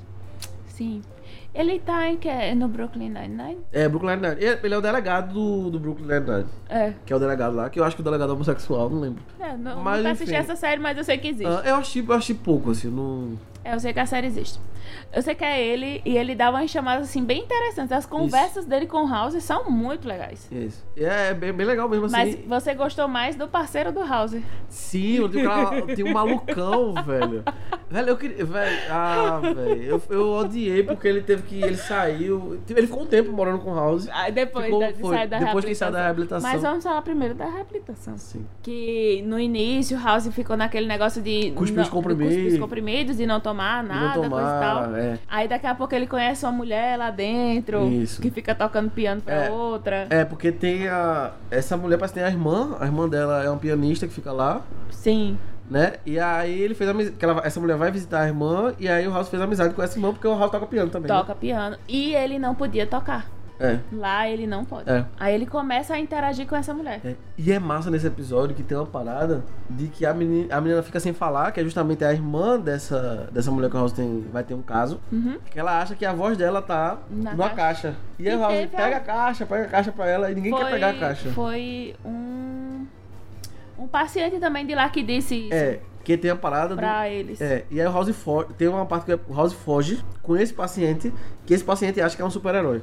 Speaker 3: Sim. Ele tá em que? No Brooklyn Nine-Nine?
Speaker 2: É, Brooklyn Nine-Nine. Ele ele é o delegado do, do Brooklyn Nine-Nine,
Speaker 3: É.
Speaker 2: que é o delegado lá, que eu acho que o delegado é homossexual, não lembro.
Speaker 3: é não,
Speaker 2: Mas,
Speaker 3: nunca
Speaker 2: enfim.
Speaker 3: assisti essa série, mas eu sei que existe.
Speaker 2: Ah, eu, achei, eu achei pouco, assim, não...
Speaker 3: É, eu sei que a série existe. Eu sei que é ele e ele dá umas chamadas assim bem interessantes. As conversas dele com o House são muito legais.
Speaker 2: É isso. É, é bem, bem legal mesmo, assim.
Speaker 3: Mas você gostou mais do parceiro do House.
Speaker 2: Sim, eu digo, cara, tem um malucão, velho. Velho, eu queria. Velho, ah, velho. Eu, eu odiei porque ele teve que. Ele saiu. Ele ficou um tempo morando com o House.
Speaker 3: Aí Tipo, depois
Speaker 2: Ficou-
Speaker 3: da, de
Speaker 2: foi,
Speaker 3: sair da
Speaker 2: depois que saiu da reabilitação.
Speaker 3: Mas vamos falar primeiro da reabilitação.
Speaker 2: Sim.
Speaker 3: Que no início o House ficou naquele negócio de
Speaker 2: Cuspe
Speaker 3: não-
Speaker 2: os comprimidos.
Speaker 3: de cuspe os comprimidos e não tomar
Speaker 2: E não
Speaker 3: nada, coisa e
Speaker 2: tomar.
Speaker 3: tal.
Speaker 2: É.
Speaker 3: Aí daqui a pouco ele conhece uma mulher lá dentro
Speaker 2: Isso.
Speaker 3: que fica tocando piano pra
Speaker 2: É.
Speaker 3: outra.
Speaker 2: É, porque tem a. Essa mulher parece que tem a irmã. A irmã dela é uma pianista que fica lá,
Speaker 3: Sim.
Speaker 2: né? E aí ele fez amizade. que ela- Essa mulher vai visitar a irmã. E aí o House fez amizade com essa irmã, porque o House toca piano também. né?
Speaker 3: Toca piano. E ele não podia tocar. Lá ele não pode.
Speaker 2: É. é.
Speaker 3: Aí ele começa a interagir com essa mulher.
Speaker 2: É, E é massa nesse episódio que tem uma parada de que a menina, a menina fica sem falar, que é justamente a irmã dessa, dessa mulher que o House tem, vai ter um caso,
Speaker 3: Uhum.
Speaker 2: que ela acha que a voz dela tá
Speaker 3: Na
Speaker 2: numa caixa. E aí
Speaker 3: E
Speaker 2: o House
Speaker 3: teve
Speaker 2: pega
Speaker 3: a-
Speaker 2: a caixa, pega a caixa pra ela e ninguém quer pegar a caixa.
Speaker 3: Foi um. Um paciente também de lá que disse isso
Speaker 2: É, que tem a parada do.
Speaker 3: pra eles.
Speaker 2: É, e aí o House foge, tem uma parte que o House foge com esse paciente, que esse paciente acha que é um super-herói.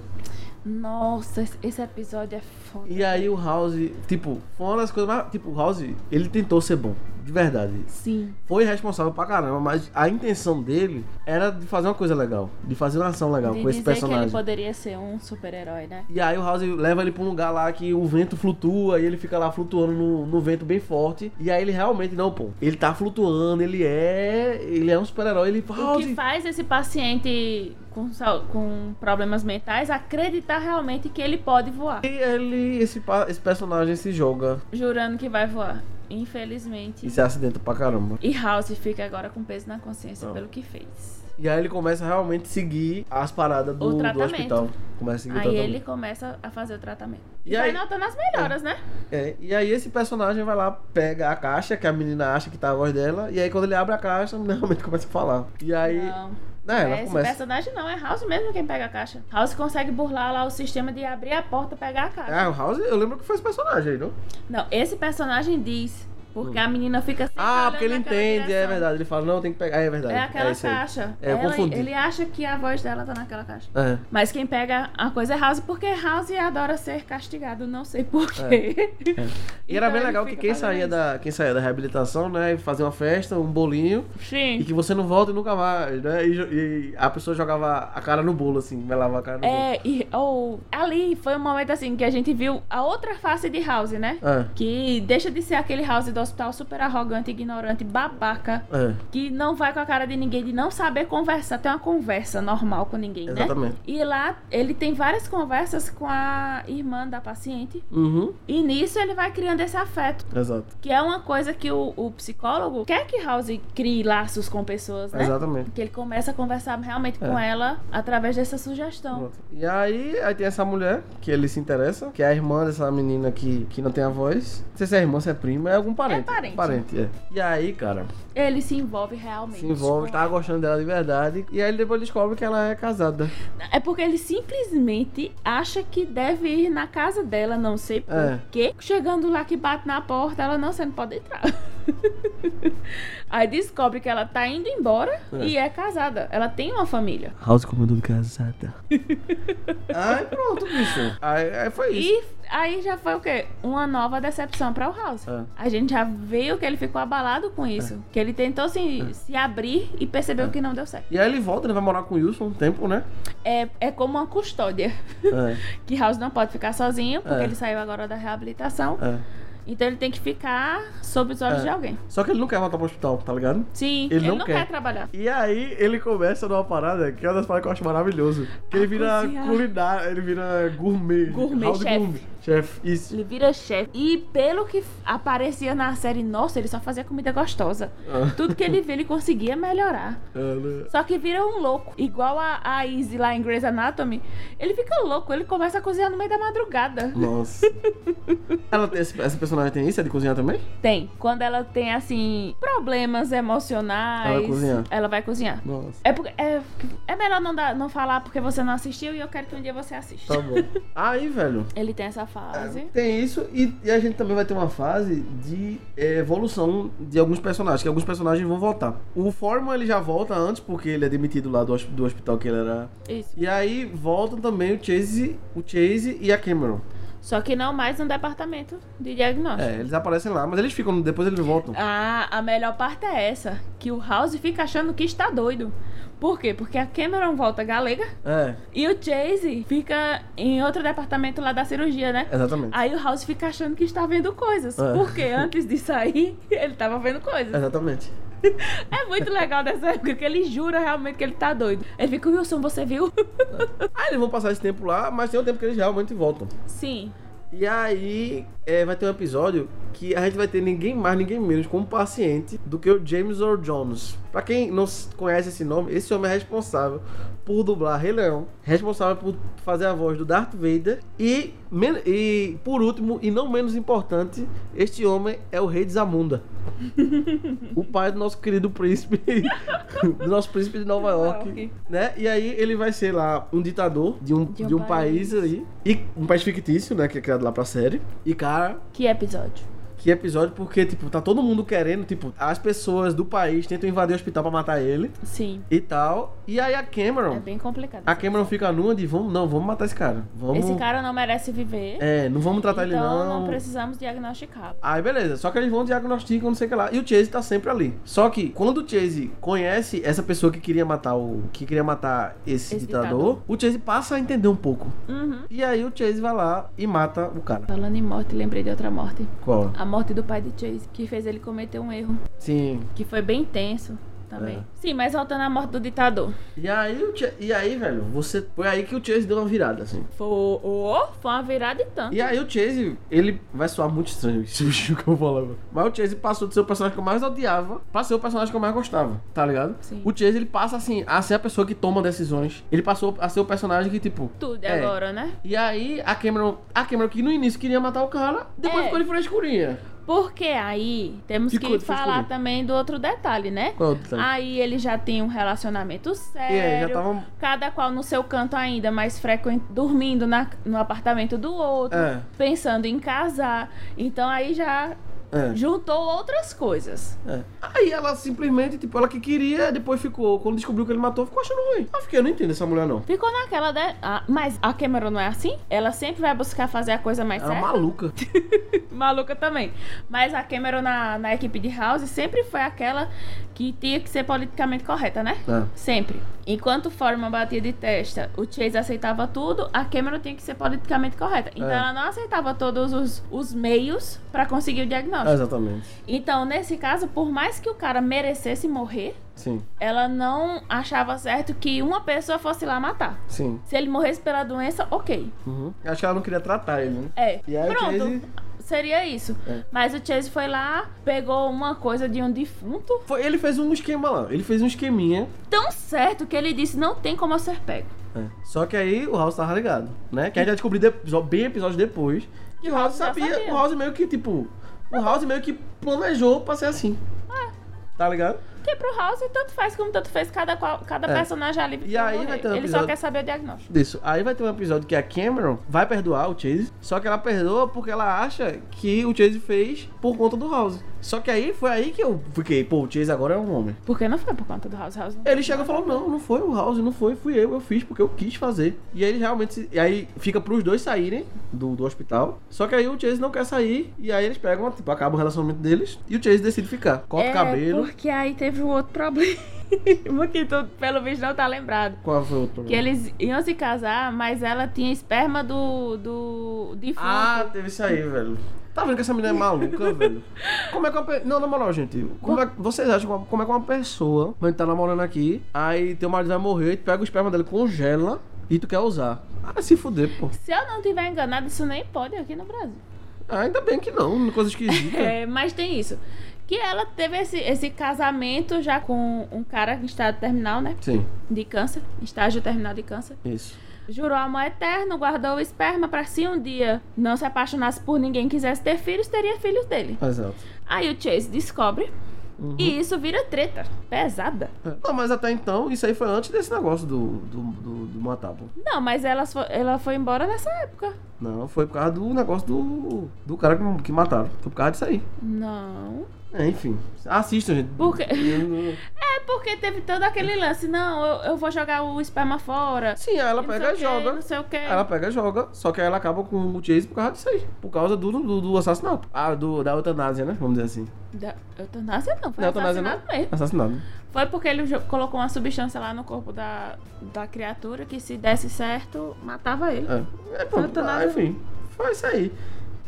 Speaker 3: Nossa, esse- esse episódio é foda.
Speaker 2: E aí o House, tipo, foi uma das coisas mais. Tipo, o House, ele tentou ser bom, de verdade.
Speaker 3: Sim.
Speaker 2: foi responsável pra caramba, mas a intenção dele era de fazer uma coisa legal, de fazer uma ação legal
Speaker 3: De
Speaker 2: com esse
Speaker 3: dizer que
Speaker 2: personagem.
Speaker 3: ele poderia ser um super-herói, né?
Speaker 2: E aí o House leva ele pra um lugar lá que o vento flutua e ele fica lá flutuando no, no vento bem forte. E aí ele realmente, não, pô, ele tá flutuando, ele é. Ele é um super-herói, ele
Speaker 3: O
Speaker 2: House.
Speaker 3: que faz esse paciente com, sau- com problemas mentais acreditar realmente que ele pode voar.
Speaker 2: E ele, esse, pa- esse personagem se joga
Speaker 3: Jurando que vai voar. Infelizmente.
Speaker 2: e se acidenta pra caramba.
Speaker 3: E House fica agora com peso na consciência
Speaker 2: é Não.
Speaker 3: pelo que fez.
Speaker 2: E aí ele começa a realmente seguir as paradas do,
Speaker 3: O
Speaker 2: do
Speaker 3: tratamento.
Speaker 2: hospital. Começa a seguir o
Speaker 3: Aí
Speaker 2: tratamento.
Speaker 3: ele começa a fazer o tratamento.
Speaker 2: E
Speaker 3: E, vai
Speaker 2: aí-
Speaker 3: notando as melhoras, né?
Speaker 2: É, e aí esse personagem vai lá, pega a caixa, que a menina acha que tá a voz dela, e aí quando ele abre a caixa, normalmente começa a falar. E aí.
Speaker 3: Não.
Speaker 2: né, ela
Speaker 3: é, esse
Speaker 2: começa.
Speaker 3: personagem não, é House mesmo quem pega a caixa. House consegue burlar lá o sistema de abrir a porta e pegar a caixa.
Speaker 2: Ah, o House, eu lembro que foi esse personagem aí, não?
Speaker 3: Não, esse personagem diz Porque a menina fica sempre
Speaker 2: Ah,
Speaker 3: olhando
Speaker 2: porque ele
Speaker 3: naquela
Speaker 2: entende, é
Speaker 3: direção.
Speaker 2: verdade. Ele fala, não, tem que pegar. É verdade.
Speaker 3: É aquela
Speaker 2: isso aí.
Speaker 3: caixa.
Speaker 2: É, eu
Speaker 3: Ela-
Speaker 2: confundi.
Speaker 3: ele acha que a voz dela tá naquela caixa.
Speaker 2: É.
Speaker 3: Mas quem pega a coisa é House, porque House adora ser castigado, não sei porquê.
Speaker 2: É. E era
Speaker 3: Então
Speaker 2: bem
Speaker 3: ele
Speaker 2: legal que
Speaker 3: fica
Speaker 2: quem
Speaker 3: fazendo
Speaker 2: saía,
Speaker 3: isso.
Speaker 2: da, quem saía da reabilitação, né, fazia uma festa, um bolinho, e
Speaker 3: Sim.
Speaker 2: que você não volta e nunca mais, né? E, jo- e a pessoa jogava a cara no bolo, assim, melava a cara no bolo.
Speaker 3: É, e ou ali foi um momento assim que a gente viu a outra face de House, né?
Speaker 2: É.
Speaker 3: Que deixa de ser aquele House do hospital super arrogante, ignorante, babaca,
Speaker 2: É,
Speaker 3: que não vai com a cara de ninguém, de não saber conversar, ter uma conversa normal com ninguém, né?
Speaker 2: exatamente.
Speaker 3: E lá ele tem várias conversas com a irmã da paciente.
Speaker 2: Uhum,
Speaker 3: E nisso ele vai criando esse afeto.
Speaker 2: exato.
Speaker 3: Que é uma coisa que o, o psicólogo quer que House crie laços com pessoas, né?
Speaker 2: Exatamente.
Speaker 3: Que ele começa a conversar realmente
Speaker 2: É.
Speaker 3: com ela através dessa sugestão.
Speaker 2: Pronto. E aí, aí tem essa mulher que ele se interessa, que é a irmã dessa menina que, que não tem a voz. Não sei se é irmã, se é prima, é algum parente.
Speaker 3: parente.
Speaker 2: Parente, é. E aí, cara,
Speaker 3: Ele se envolve realmente.
Speaker 2: se envolve,
Speaker 3: com
Speaker 2: tá gostando dela de verdade. E aí depois descobre que ela é casada.
Speaker 3: ela. É porque ele simplesmente acha que deve ir na casa dela, não sei
Speaker 2: É.
Speaker 3: porquê. Chegando lá que bate na porta, ela não, você não pode entrar. Aí descobre que ela tá indo embora
Speaker 2: É.
Speaker 3: e é casada. Ela tem uma família.
Speaker 2: House comandando casada. Ai, pronto, bicho. Aí, aí foi isso.
Speaker 3: E aí já foi o quê? Uma nova decepção pra o House.
Speaker 2: É.
Speaker 3: A gente já viu que ele ficou abalado com isso. Que ele tentou se,
Speaker 2: É.
Speaker 3: se abrir e percebeu que não deu certo.
Speaker 2: E aí ele volta, ele vai morar com o Wilson um tempo, né?
Speaker 3: É, é como uma custódia.
Speaker 2: É,
Speaker 3: Que House não pode ficar sozinho, porque
Speaker 2: É.
Speaker 3: ele saiu agora da reabilitação.
Speaker 2: é.
Speaker 3: Então ele tem que ficar sob os olhos
Speaker 2: É.
Speaker 3: de alguém.
Speaker 2: Só que ele não quer voltar pro hospital, tá ligado?
Speaker 3: Sim,
Speaker 2: Ele
Speaker 3: ele,
Speaker 2: não
Speaker 3: não,
Speaker 2: quer.
Speaker 3: quer. trabalhar.
Speaker 2: E aí ele começa numa parada que é uma das paradas que eu acho maravilhoso. Que ele vira
Speaker 3: cozinhar.
Speaker 2: culinário, ele vira gourmet.
Speaker 3: Gourmet,
Speaker 2: house
Speaker 3: chefe.
Speaker 2: gourmet. Chef, isso.
Speaker 3: Ele vira chefe. E pelo que aparecia na série, nossa, ele só fazia comida gostosa.
Speaker 2: Ah.
Speaker 3: Tudo que ele vê, ele conseguia melhorar.
Speaker 2: É, né?
Speaker 3: Só que vira um louco. Igual a, a Izzy lá em Grey's Anatomy. Ele fica louco, ele começa a cozinhar no meio da madrugada.
Speaker 2: Nossa. Ela tem esse- essa personagem tem isso? É de cozinhar também?
Speaker 3: Tem. Quando ela tem, assim, problemas emocionais.
Speaker 2: Ela vai cozinhar.
Speaker 3: Ela vai cozinhar.
Speaker 2: Nossa.
Speaker 3: É, porque, é, é melhor não, dar- não falar porque você não assistiu e eu quero que um dia você assista.
Speaker 2: Tá bom. Aí, velho.
Speaker 3: Ele tem essa fase.
Speaker 2: Tem isso, e, e a gente também vai ter uma fase de eh, evolução de alguns personagens, que alguns personagens vão voltar. O Foreman ele já volta antes, porque ele é demitido lá do, hos- do hospital que ele era.
Speaker 3: Isso.
Speaker 2: E aí voltam também o Chase, o Chase e a Cameron.
Speaker 3: Só que não mais no departamento de
Speaker 2: É,
Speaker 3: diagnóstico.
Speaker 2: eles aparecem lá, mas eles ficam, depois eles voltam.
Speaker 3: Ah, a melhor parte é essa. Que o House fica achando que está doido. Por quê? Porque a Cameron volta galega.
Speaker 2: É,
Speaker 3: E o Chase fica em outro departamento lá da cirurgia, né?
Speaker 2: exatamente.
Speaker 3: Aí o House fica achando que está vendo coisas.
Speaker 2: É.
Speaker 3: Porque antes de sair, ele tava vendo coisas.
Speaker 2: Exatamente.
Speaker 3: É muito legal dessa época que ele jura realmente que ele tá doido. Ele fica, Wilson, você viu?
Speaker 2: Aí eles vão passar esse tempo lá, mas tem um tempo que eles realmente voltam.
Speaker 3: Sim.
Speaker 2: E aí eh, vai ter um episódio que a gente vai ter ninguém mais, ninguém menos como paciente do que o James Earl Jones. Pra quem não s- conhece esse nome, esse homem é responsável por dublar Rei Leão, responsável por fazer a voz do Darth Vader e, men- e por último e não menos importante, este homem é o Rei de Zamunda. o pai do nosso querido príncipe, do nosso príncipe de Nova
Speaker 3: Nova
Speaker 2: York,
Speaker 3: York.
Speaker 2: né? E aí ele vai ser lá um ditador de um, de um,
Speaker 3: um
Speaker 2: país
Speaker 3: país.
Speaker 2: aí. E um país fictício, né? Que é criado lá pra série. E, cara,
Speaker 3: Que episódio?
Speaker 2: que episódio, porque, tipo, tá todo mundo querendo, tipo, as pessoas do país tentam invadir o hospital pra matar ele
Speaker 3: Sim.
Speaker 2: e tal. E aí a Cameron.
Speaker 3: É bem complicado.
Speaker 2: A Cameron fica nua de vamos. Não, vamos matar esse cara. Ah, Vamos.
Speaker 3: Esse cara não merece viver.
Speaker 2: É, não vamos tratar
Speaker 3: então
Speaker 2: ele
Speaker 3: não precisamos diagnosticar.
Speaker 2: Aí beleza, só que eles vão diagnosticar, não sei o que lá. E o Chase tá sempre ali. Só que quando o Chase conhece essa pessoa que queria matar o. que queria matar esse,
Speaker 3: Esse
Speaker 2: ditador, o Chase passa a entender um pouco.
Speaker 3: Uhum.
Speaker 2: E aí o Chase vai lá e mata o cara.
Speaker 3: Falando em morte, lembrei de outra morte.
Speaker 2: Qual?
Speaker 3: A morte do pai de Chase, que fez ele cometer um erro.
Speaker 2: Sim.
Speaker 3: Que foi bem tenso também.
Speaker 2: É.
Speaker 3: Sim, mas voltando à morte do ditador.
Speaker 2: E aí, o Chase, e aí, velho, você foi aí que o Chase deu uma virada, assim.
Speaker 3: Foi, oh, foi uma virada e tanto.
Speaker 2: E aí o Chase, ele vai soar muito estranho isso o que eu vou falar. agora. Mas o Chase passou de ser o personagem que eu mais odiava pra ser o personagem que eu mais gostava, tá ligado?
Speaker 3: Sim.
Speaker 2: O Chase, ele passa assim, a ser a pessoa que toma decisões. Ele passou a ser o personagem que, tipo.
Speaker 3: Tudo
Speaker 2: é.
Speaker 3: agora, né?
Speaker 2: E aí a Cameron, a Cameron que no início queria matar o cara, depois
Speaker 3: É.
Speaker 2: ficou de frescurinha.
Speaker 3: Porque aí temos
Speaker 2: Ficou-
Speaker 3: que
Speaker 2: ficou
Speaker 3: falar
Speaker 2: escuro.
Speaker 3: também do outro detalhe, né?
Speaker 2: Qual é o detalhe?
Speaker 3: Aí ele já tem um relacionamento sério.
Speaker 2: É, já tava-
Speaker 3: Cada qual no seu canto ainda, mas frequent... dormindo na- no apartamento do outro,
Speaker 2: É.
Speaker 3: pensando em casar. Então aí já
Speaker 2: É.
Speaker 3: Juntou outras coisas.
Speaker 2: É. Aí ela simplesmente, tipo, ela que queria, depois ficou. Quando descobriu que ele matou, ficou achando ruim. Eu fiquei, eu não entendo essa mulher, não.
Speaker 3: Ficou naquela de... Ah, mas a Cameron não é assim? Ela sempre vai buscar fazer a coisa mais
Speaker 2: Ela é
Speaker 3: certa.
Speaker 2: maluca.
Speaker 3: Maluca também. Mas a Cameron na, na equipe de House sempre foi aquela que tinha que ser politicamente correta, né?
Speaker 2: É.
Speaker 3: Sempre. Enquanto Foreman batia de testa, o Chase aceitava tudo, a Cameron tinha que ser politicamente correta. Então
Speaker 2: É.
Speaker 3: ela não aceitava todos os, os meios pra conseguir o diagnóstico.
Speaker 2: É, Exatamente.
Speaker 3: Então, nesse caso, por mais que o cara merecesse morrer,
Speaker 2: Sim,
Speaker 3: ela não achava certo que uma pessoa fosse lá matar.
Speaker 2: sim.
Speaker 3: Se ele morresse pela doença, ok.
Speaker 2: Uhum. Acho que ela não queria tratar ele, né?
Speaker 3: É.
Speaker 2: E aí o
Speaker 3: Pronto.
Speaker 2: Chase-
Speaker 3: Seria isso.
Speaker 2: É.
Speaker 3: Mas o Chase foi lá, pegou uma coisa de um defunto
Speaker 2: Foi, ele fez um esquema lá. Ele fez um esqueminha.
Speaker 3: tão certo que ele disse: não tem como eu ser pego.
Speaker 2: É. Só que aí o House tava ligado, né? Que a gente vai descobrir de- bem episódios depois. Que o House
Speaker 3: já
Speaker 2: sabia,
Speaker 3: sabia.
Speaker 2: o House meio que, tipo. O House meio que planejou pra ser assim.
Speaker 3: É.
Speaker 2: Tá ligado?
Speaker 3: Porque é pro House, tanto faz como tanto fez cada, qual- cada
Speaker 2: É.
Speaker 3: personagem ali.
Speaker 2: E aí vai ter um
Speaker 3: ele só
Speaker 2: episódio-
Speaker 3: quer saber o diagnóstico.
Speaker 2: Disso. Aí vai ter um episódio que a Cameron vai perdoar o Chase, só que ela perdoa porque ela acha que o Chase fez por conta do House. Só que aí foi aí que eu fiquei, pô, o Chase agora é um homem.
Speaker 3: Porque não foi por conta do House. House não-
Speaker 2: Ele chega e fala: Não, não foi o House, não foi, fui eu, eu fiz porque eu quis fazer. E aí ele realmente. se- E aí fica pros dois saírem do, do hospital. Só que aí o Chase não quer sair. E aí eles pegam, tipo, acaba o relacionamento deles. E o Chase decide ficar. Corta
Speaker 3: é
Speaker 2: o cabelo.
Speaker 3: Porque aí teve um outro problema que tu, pelo visto, não tá lembrado.
Speaker 2: Qual foi o outro?
Speaker 3: Que eles iam se casar, mas ela tinha esperma do. do. defunto.
Speaker 2: Ah, teve isso aí, velho. Tá vendo que essa menina é maluca, velho? Como é que uma pe... Não, na moral, gente. Como é... Vocês acham que uma- como é que uma pessoa, quando tá namorando aqui, aí teu marido vai morrer, tu pega o esperma dele, congela e tu quer usar? Ah, se fuder, pô.
Speaker 3: Se eu não tiver enganado, isso nem pode aqui no Brasil.
Speaker 2: Ah, ainda bem que não, coisa esquisita.
Speaker 3: É, mas tem isso. Que ela teve esse, esse casamento já com um cara em estado terminal, né?
Speaker 2: Sim,
Speaker 3: De câncer, estágio terminal de câncer.
Speaker 2: isso.
Speaker 3: Jurou amor eterno, guardou o esperma pra se um dia não se apaixonasse por ninguém, quisesse ter filhos, teria filhos dele.
Speaker 2: Exato.
Speaker 3: Aí o Chase descobre
Speaker 2: Uhum.
Speaker 3: e isso vira treta pesada.
Speaker 2: É. Não, mas até então, isso aí foi antes desse negócio do, do, do, do matar, pô.
Speaker 3: Não, mas ela, fo- ela foi embora nessa época.
Speaker 2: Não, foi por causa do negócio do, do cara que, que mataram. Foi por causa disso aí.
Speaker 3: Não.
Speaker 2: É, enfim. Assistam, gente.
Speaker 3: Por quê?
Speaker 2: Eu não-
Speaker 3: É porque teve todo aquele lance, não, eu, eu vou jogar o esperma fora.
Speaker 2: Sim, aí ela
Speaker 3: não
Speaker 2: pega
Speaker 3: sei
Speaker 2: e
Speaker 3: o quê,
Speaker 2: joga.
Speaker 3: Não sei o que.
Speaker 2: Aí Ela pega e joga, só que aí ela acaba com o Chase por causa disso aí. Por causa do, do, do assassinato. Ah, do, da eutanásia, né? Vamos dizer assim.
Speaker 3: Da eutanásia não, foi
Speaker 2: Da eutanásia,
Speaker 3: assassinato mesmo.
Speaker 2: Assassinato.
Speaker 3: Foi porque ele jo- colocou uma substância lá no corpo da, da criatura que se desse certo, matava ele.
Speaker 2: É, é pronto.
Speaker 3: Eutanásia.
Speaker 2: Ah, enfim, foi isso aí.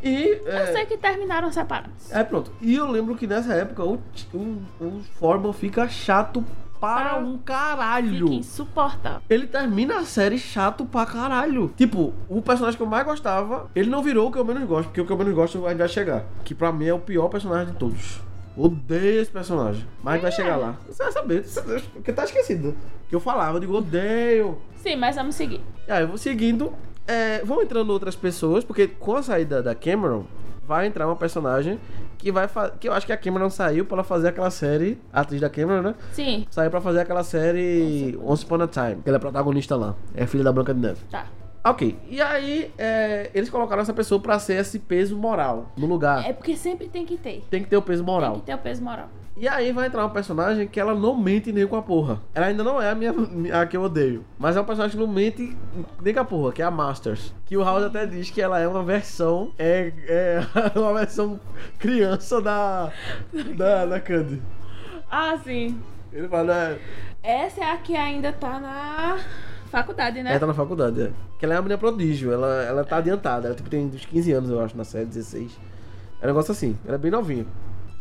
Speaker 2: E.
Speaker 3: Eu
Speaker 2: É,
Speaker 3: sei que terminaram separados.
Speaker 2: é pronto. E eu lembro que nessa época o, o, o Foreman fica chato para
Speaker 3: Ah.
Speaker 2: um
Speaker 3: Fica
Speaker 2: caralho.
Speaker 3: insuportável.
Speaker 2: Ele termina a série chato pra caralho. Tipo, o personagem que eu mais gostava, ele não virou o que eu menos gosto, porque o que eu menos gosto a gente vai chegar. Que pra mim é o pior personagem de todos. Odeio esse personagem. Mas
Speaker 3: É.
Speaker 2: vai chegar lá. Você vai saber, você- porque tá esquecido. Que eu falava, eu digo, odeio.
Speaker 3: Sim, mas vamos seguir.
Speaker 2: E aí, eu vou seguindo. É, vão entrando outras pessoas, porque com a saída da Cameron, vai entrar uma personagem que vai fa- Que eu acho que a Cameron saiu pra ela fazer aquela série. A atriz da Cameron, né?
Speaker 3: Sim,
Speaker 2: Saiu pra fazer aquela série Once Upon a Time. que Ela é protagonista lá. É filha da Branca de Neve.
Speaker 3: tá.
Speaker 2: Ok. E aí, é, eles colocaram essa pessoa pra ser esse peso moral no lugar.
Speaker 3: É porque sempre tem que ter.
Speaker 2: Tem que ter o peso
Speaker 3: Tem
Speaker 2: moral.
Speaker 3: que ter o peso moral.
Speaker 2: E aí vai entrar uma personagem que ela não mente nem com a porra. Ela ainda não é a minha a que eu odeio. Mas é uma personagem que não mente nem com a porra, que é a Masters. Que o House até diz que ela é uma versão. É, é uma versão criança da. da, da Candy.
Speaker 3: Ah, sim.
Speaker 2: Ele fala. "É,
Speaker 3: Essa é a que ainda tá na faculdade, né?
Speaker 2: Ela tá na faculdade, é. Porque ela é uma menina prodígio, ela, ela tá adiantada. Ela tipo, tem uns 15 anos, eu acho, na série, 16. É um negócio assim, ela é bem novinha.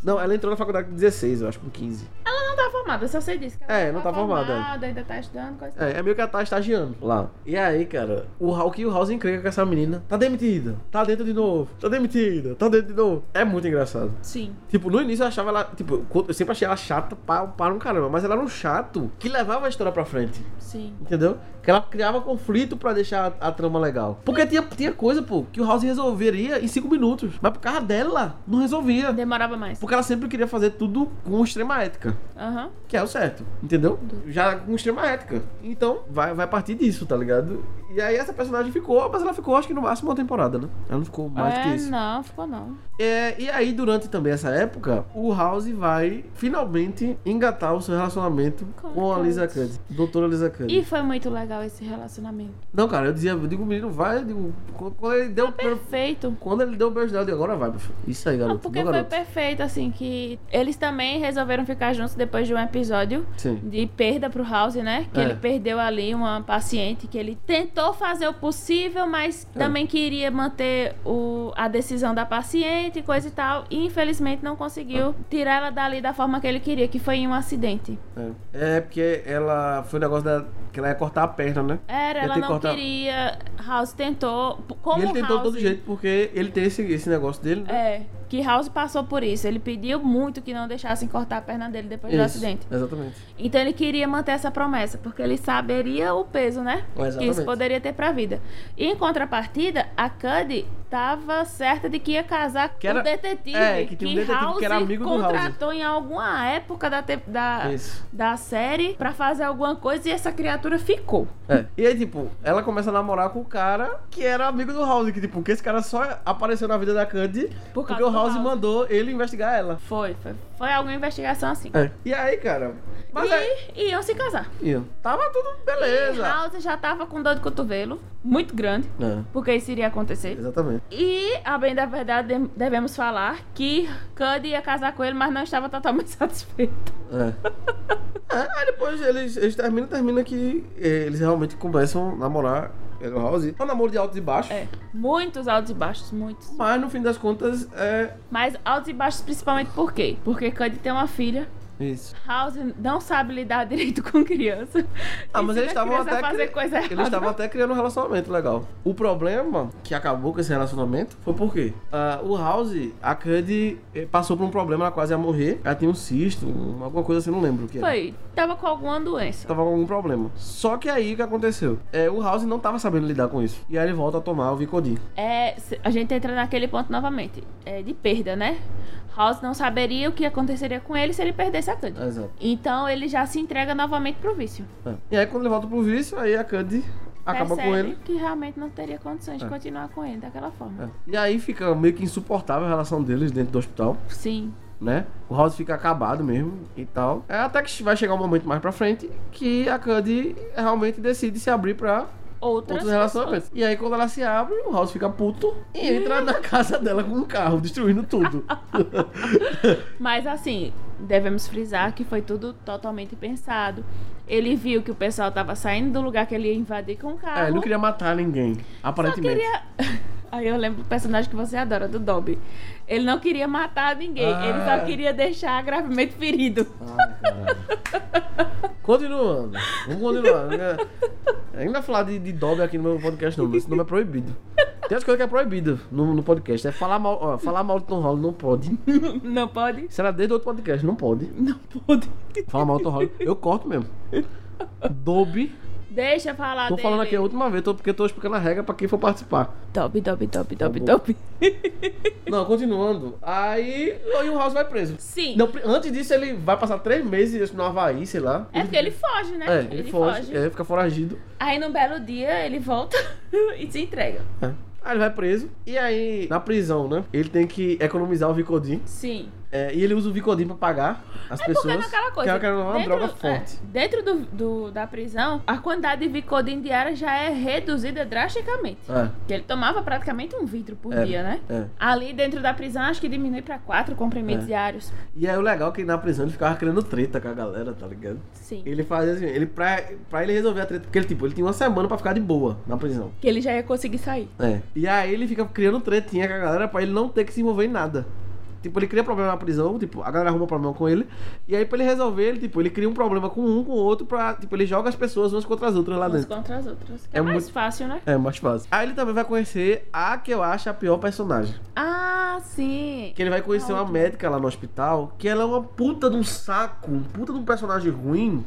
Speaker 2: Não, ela entrou na faculdade com 16, eu acho, com 15.
Speaker 3: Ela não tá formada, só sei disso. que ela
Speaker 2: É, não tá formada,
Speaker 3: Ainda tá estudando, coisa assim.
Speaker 2: É, é meio que ela tá estagiando lá. E aí, cara, o Hulk e o House encrenca com essa menina. Tá demitida, tá dentro de novo, tá demitida, tá dentro de novo. É muito engraçado.
Speaker 3: Sim.
Speaker 2: Tipo, no início eu achava ela. Tipo, eu sempre achei ela chata para, para um caramba, mas ela era um chato que levava a história pra frente.
Speaker 3: Sim.
Speaker 2: Entendeu? Que ela criava conflito pra deixar a, a trama legal. Porque tinha, tinha coisa, pô, que o House resolveria em cinco minutos. Mas por causa dela, não resolvia.
Speaker 3: Demorava mais.
Speaker 2: Porque ela sempre queria fazer tudo com extrema ética.
Speaker 3: Aham. Aham.
Speaker 2: que é o certo, entendeu? Já com extrema ética. Então, vai, vai partir disso, tá ligado? E aí essa personagem ficou, mas ela ficou acho que no máximo uma temporada, né? Ela não ficou mais do que
Speaker 3: É,
Speaker 2: isso.
Speaker 3: não, ficou não.
Speaker 2: É, e aí, durante também essa época, o House vai finalmente engatar o seu relacionamento
Speaker 3: Com
Speaker 2: com,
Speaker 3: a
Speaker 2: a Lisa
Speaker 3: Cuddy.
Speaker 2: Cuddy, doutora Lisa Cuddy.
Speaker 3: E foi muito legal esse relacionamento.
Speaker 2: Não, cara, eu dizia, eu digo, menino, vai, eu digo, quando quando ele deu o primeiro-
Speaker 3: Perfeito.
Speaker 2: quando ele deu o beijo dela, eu digo, agora vai, bicho. Isso aí,
Speaker 3: Não,
Speaker 2: garoto.
Speaker 3: porque
Speaker 2: Não,
Speaker 3: foi
Speaker 2: garoto.
Speaker 3: perfeito, assim, que eles também resolveram ficar juntos depois de um episódio
Speaker 2: Sim.
Speaker 3: de perda pro House, né? Que
Speaker 2: É.
Speaker 3: ele perdeu ali uma paciente que ele tentou fazer o possível, mas
Speaker 2: É.
Speaker 3: também queria manter o, a decisão da paciente, e coisa e tal. E infelizmente não conseguiu tirar ela dali da forma que ele queria, que foi em um acidente.
Speaker 2: É. É, porque ela foi o negócio da, que ela ia cortar a perna, né?
Speaker 3: Era,
Speaker 2: Ele tem
Speaker 3: ela
Speaker 2: que
Speaker 3: não
Speaker 2: cortar-
Speaker 3: queria. House tentou. p- Como
Speaker 2: e ele tentou de
Speaker 3: House...
Speaker 2: todo jeito, porque ele tem esse, esse negócio dele, né?
Speaker 3: É, que House passou por isso. Ele pediu muito que não deixassem cortar a perna dele depois do
Speaker 2: Isso,
Speaker 3: acidente.
Speaker 2: Exatamente.
Speaker 3: Então ele queria manter essa promessa, porque ele saberia o peso, né? Que isso
Speaker 2: Exatamente.
Speaker 3: poderia ter pra vida. E em contrapartida, a Cuddy tava certa de que ia casar
Speaker 2: Que
Speaker 3: com
Speaker 2: era-
Speaker 3: um detetive.
Speaker 2: é, que tinha um detetive que
Speaker 3: House
Speaker 2: era amigo do House.
Speaker 3: contratou em alguma época da, te- da,
Speaker 2: Isso.
Speaker 3: da série pra fazer alguma coisa e essa criatura ficou.
Speaker 2: É. E aí, tipo, ela começa a namorar com o cara que era amigo do House, que, tipo, que esse cara só apareceu na vida da Candy
Speaker 3: Por causa
Speaker 2: porque o
Speaker 3: do
Speaker 2: House,
Speaker 3: House.
Speaker 2: mandou ele investigar ela.
Speaker 3: Foi, foi, foi alguma investigação assim.
Speaker 2: É. E aí, cara. Mas é-
Speaker 3: e
Speaker 2: aí.
Speaker 3: iam se casar.
Speaker 2: Ian, Tava tudo
Speaker 3: E
Speaker 2: beleza.
Speaker 3: House já tava com dor de cotovelo, muito grande,
Speaker 2: É,
Speaker 3: porque isso iria acontecer.
Speaker 2: exatamente.
Speaker 3: E, a bem da verdade, de- devemos falar que Cuddy ia casar com ele, mas não estava totalmente satisfeito.
Speaker 2: É. É, aí depois eles, eles terminam, termina que eh, eles realmente começam a namorar é, o House. É um namoro de altos e baixos.
Speaker 3: É, muitos altos e baixos, muitos.
Speaker 2: Mas no fim das contas é.
Speaker 3: Mas altos e baixos principalmente por quê? Porque Cuddy tem uma filha,
Speaker 2: Isso.
Speaker 3: House não sabe lidar direito com criança.
Speaker 2: Ah, mas
Speaker 3: Ensina
Speaker 2: eles estavam
Speaker 3: criança a
Speaker 2: até.
Speaker 3: fazer
Speaker 2: cri-
Speaker 3: coisa
Speaker 2: Eles
Speaker 3: errada.
Speaker 2: estavam até criando um relacionamento legal. O problema que acabou com esse relacionamento foi por quê? Ah, o House, a Cuddy eh, passou por um problema, ela quase ia morrer. Ela tinha um cisto, um- alguma coisa assim, não lembro o que era.
Speaker 3: Foi, tava com alguma doença.
Speaker 2: Tava com algum problema. Só que aí o que aconteceu? É, o House não tava sabendo lidar com isso. E aí ele volta a tomar o Vicodin.
Speaker 3: É, se- a gente entra naquele ponto novamente, é, de perda, né? House não saberia o que aconteceria com ele se ele perdesse a Cuddy.
Speaker 2: Exato.
Speaker 3: Então ele já se entrega novamente pro vício.
Speaker 2: É. E aí quando ele volta pro vício, aí a Candy acaba
Speaker 3: Percebe
Speaker 2: com ele.
Speaker 3: que realmente não teria condições de continuar com ele daquela forma.
Speaker 2: É. E aí fica meio que insuportável a relação deles dentro do hospital,
Speaker 3: Sim.
Speaker 2: né? O House fica acabado mesmo e tal. É, até que vai chegar um momento mais pra frente que a Candy realmente decide se abrir pra
Speaker 3: Outras
Speaker 2: outros relacionamentos. E aí quando ela se abre, o House fica puto e entra na casa dela com um carro, destruindo tudo.
Speaker 3: pessoas. Mas assim, devemos frisar que foi tudo totalmente pensado. Ele viu que o pessoal tava saindo do lugar que ele ia invadir com o carro.
Speaker 2: é, ele não queria matar ninguém,
Speaker 3: Só
Speaker 2: aparentemente.
Speaker 3: queria. Aí eu lembro do personagem que você adora, do Dobby. Ele não queria matar ninguém,
Speaker 2: Ah.
Speaker 3: ele só queria deixar gravemente ferido.
Speaker 2: Continuando, vamos continuar. né? Ainda falar de, de Dobby aqui no meu podcast, não, esse nome é proibido. Tem as coisas que é proibido no, no podcast. É falar mal, ó, falar mal de Tom Holland não pode.
Speaker 3: Não pode?
Speaker 2: Será desde outro podcast, não pode.
Speaker 3: Não pode.
Speaker 2: Falar mal de Tom Holland, eu corto mesmo. Dobby,
Speaker 3: Deixa falar
Speaker 2: tô
Speaker 3: dele.
Speaker 2: falando aqui é a última vez, tô, porque tô explicando a regra pra quem for participar.
Speaker 3: Dobby, Dobby, Dobby, Dobby,
Speaker 2: Tá bom.
Speaker 3: Dobby.
Speaker 2: Não, continuando. Aí, aí o House vai preso.
Speaker 3: Sim.
Speaker 2: Não, pri- antes disso, ele vai passar três meses no Havaí, sei lá.
Speaker 3: É porque ele foge, né?
Speaker 2: É, ele, foge, é, fica foragido.
Speaker 3: Aí num belo dia ele volta e se entrega.
Speaker 2: É. Aí ele vai preso. E aí, na prisão, né? Ele tem que economizar o Vicodin.
Speaker 3: Sim.
Speaker 2: É, e ele usa o Vicodin pra pagar as
Speaker 3: É porque
Speaker 2: pessoas.
Speaker 3: é aquela
Speaker 2: Que
Speaker 3: coisa.
Speaker 2: é aquela- uma
Speaker 3: dentro-
Speaker 2: droga forte.
Speaker 3: é, dentro do, do- da prisão, a quantidade de Vicodin diária já é reduzida drasticamente.
Speaker 2: É.
Speaker 3: Porque ele tomava praticamente um vidro por
Speaker 2: É,
Speaker 3: dia, né?
Speaker 2: é.
Speaker 3: Ali dentro da prisão, acho que diminui pra quatro comprimidos
Speaker 2: É.
Speaker 3: diários.
Speaker 2: E aí o legal é que na prisão ele ficava criando treta com a galera, tá ligado?
Speaker 3: Sim.
Speaker 2: Ele fazia assim, ele pra, pra ele resolver a treta, porque ele, tipo, ele tinha uma semana pra ficar de boa na prisão.
Speaker 3: Que ele já ia conseguir sair.
Speaker 2: É. E aí ele fica criando tretinha com a galera pra ele não ter que se envolver em nada. Tipo, ele cria problema na prisão, tipo, a galera arruma problema com ele. E aí pra ele resolver, ele, tipo, ele cria um problema com um, com o outro, pra, tipo, ele joga as pessoas umas contra as outras lá
Speaker 3: Uns
Speaker 2: dentro.
Speaker 3: contra as outras. Que é,
Speaker 2: É
Speaker 3: mais
Speaker 2: muito-
Speaker 3: fácil, né?
Speaker 2: É, mais fácil. Aí ele também vai conhecer a que eu acho a pior personagem.
Speaker 3: Ah, sim.
Speaker 2: Que ele vai conhecer
Speaker 3: Ah,
Speaker 2: uma
Speaker 3: muito
Speaker 2: médica lá no hospital, que ela é uma puta de um saco, um puta de um personagem ruim.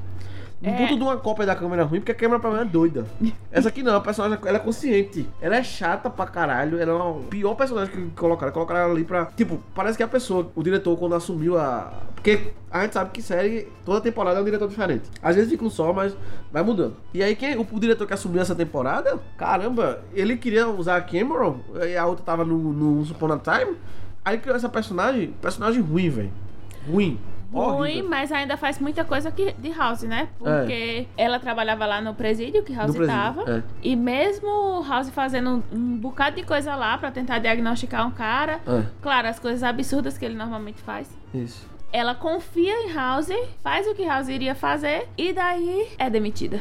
Speaker 2: Um
Speaker 3: É.
Speaker 2: puta de uma cópia da câmera ruim, porque a câmera pra mim é doida. Essa aqui não, a personagem ela é consciente. Ela é chata pra caralho. Ela é uma- o pior personagem que colocaram. Colocaram ela ali pra. Tipo, parece que a pessoa, o diretor, quando assumiu a Porque a gente sabe que série, toda temporada é um diretor diferente. Às vezes fica um só, mas vai mudando. E aí, quem, o, o diretor que assumiu essa temporada, caramba, ele queria usar a Cameron, e a outra tava no, no Once Upon a Time. Aí criou essa personagem, personagem ruim, velho. Ruim.
Speaker 3: Ruim,
Speaker 2: Horrível. É.
Speaker 3: mas ainda faz muita coisa que, de House, né? Porque ela trabalhava lá no presídio que House
Speaker 2: No presídio,
Speaker 3: tava.
Speaker 2: é.
Speaker 3: E mesmo House fazendo um, um bocado de coisa lá pra tentar diagnosticar um cara,
Speaker 2: É.
Speaker 3: claro, as coisas absurdas que ele normalmente faz.
Speaker 2: Isso.
Speaker 3: Ela confia em House, faz o que House iria fazer e daí é demitida.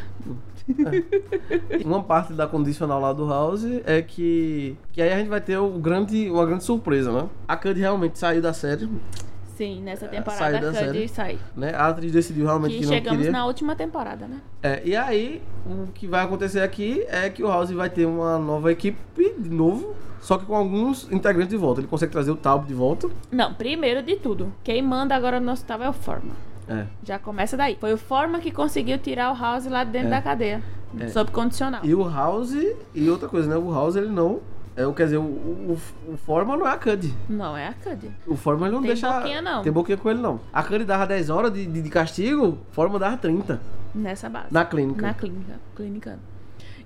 Speaker 2: Uma parte da condicional lá do House é que. Que aí a gente vai ter o grande, uma grande surpresa, né? A Cuddy realmente saiu da série,
Speaker 3: Sim, nessa
Speaker 2: saiu
Speaker 3: temporada
Speaker 2: da
Speaker 3: a
Speaker 2: série.
Speaker 3: Cuddy sai.
Speaker 2: né? A atriz decidiu realmente
Speaker 3: Que
Speaker 2: que, não
Speaker 3: chegamos
Speaker 2: queria.
Speaker 3: na última temporada, né?
Speaker 2: É, e aí, o que vai acontecer aqui é que o House vai ter uma nova equipe de novo, só que com alguns integrantes de volta. Ele consegue trazer o Taub de volta.
Speaker 3: Não, primeiro de tudo, quem manda agora no nosso tal é o Forma.
Speaker 2: É.
Speaker 3: Já começa daí. Foi o Forma que conseguiu tirar o House lá de dentro
Speaker 2: É.
Speaker 3: da cadeia.
Speaker 2: É.
Speaker 3: Sob condicional.
Speaker 2: E o House, e outra coisa, né? O House ele não. É, quer dizer, o, o, o Forma não é a Cuddy.
Speaker 3: Não, é a Cuddy.
Speaker 2: O Forma ele não
Speaker 3: Tem
Speaker 2: deixa.
Speaker 3: boquinha, não.
Speaker 2: Tem boquinha com ele, não. A Cuddy dava 10 horas de, de, de castigo, Forma dava 30
Speaker 3: Nessa base.
Speaker 2: na clínica.
Speaker 3: Na clínica. Clinicando.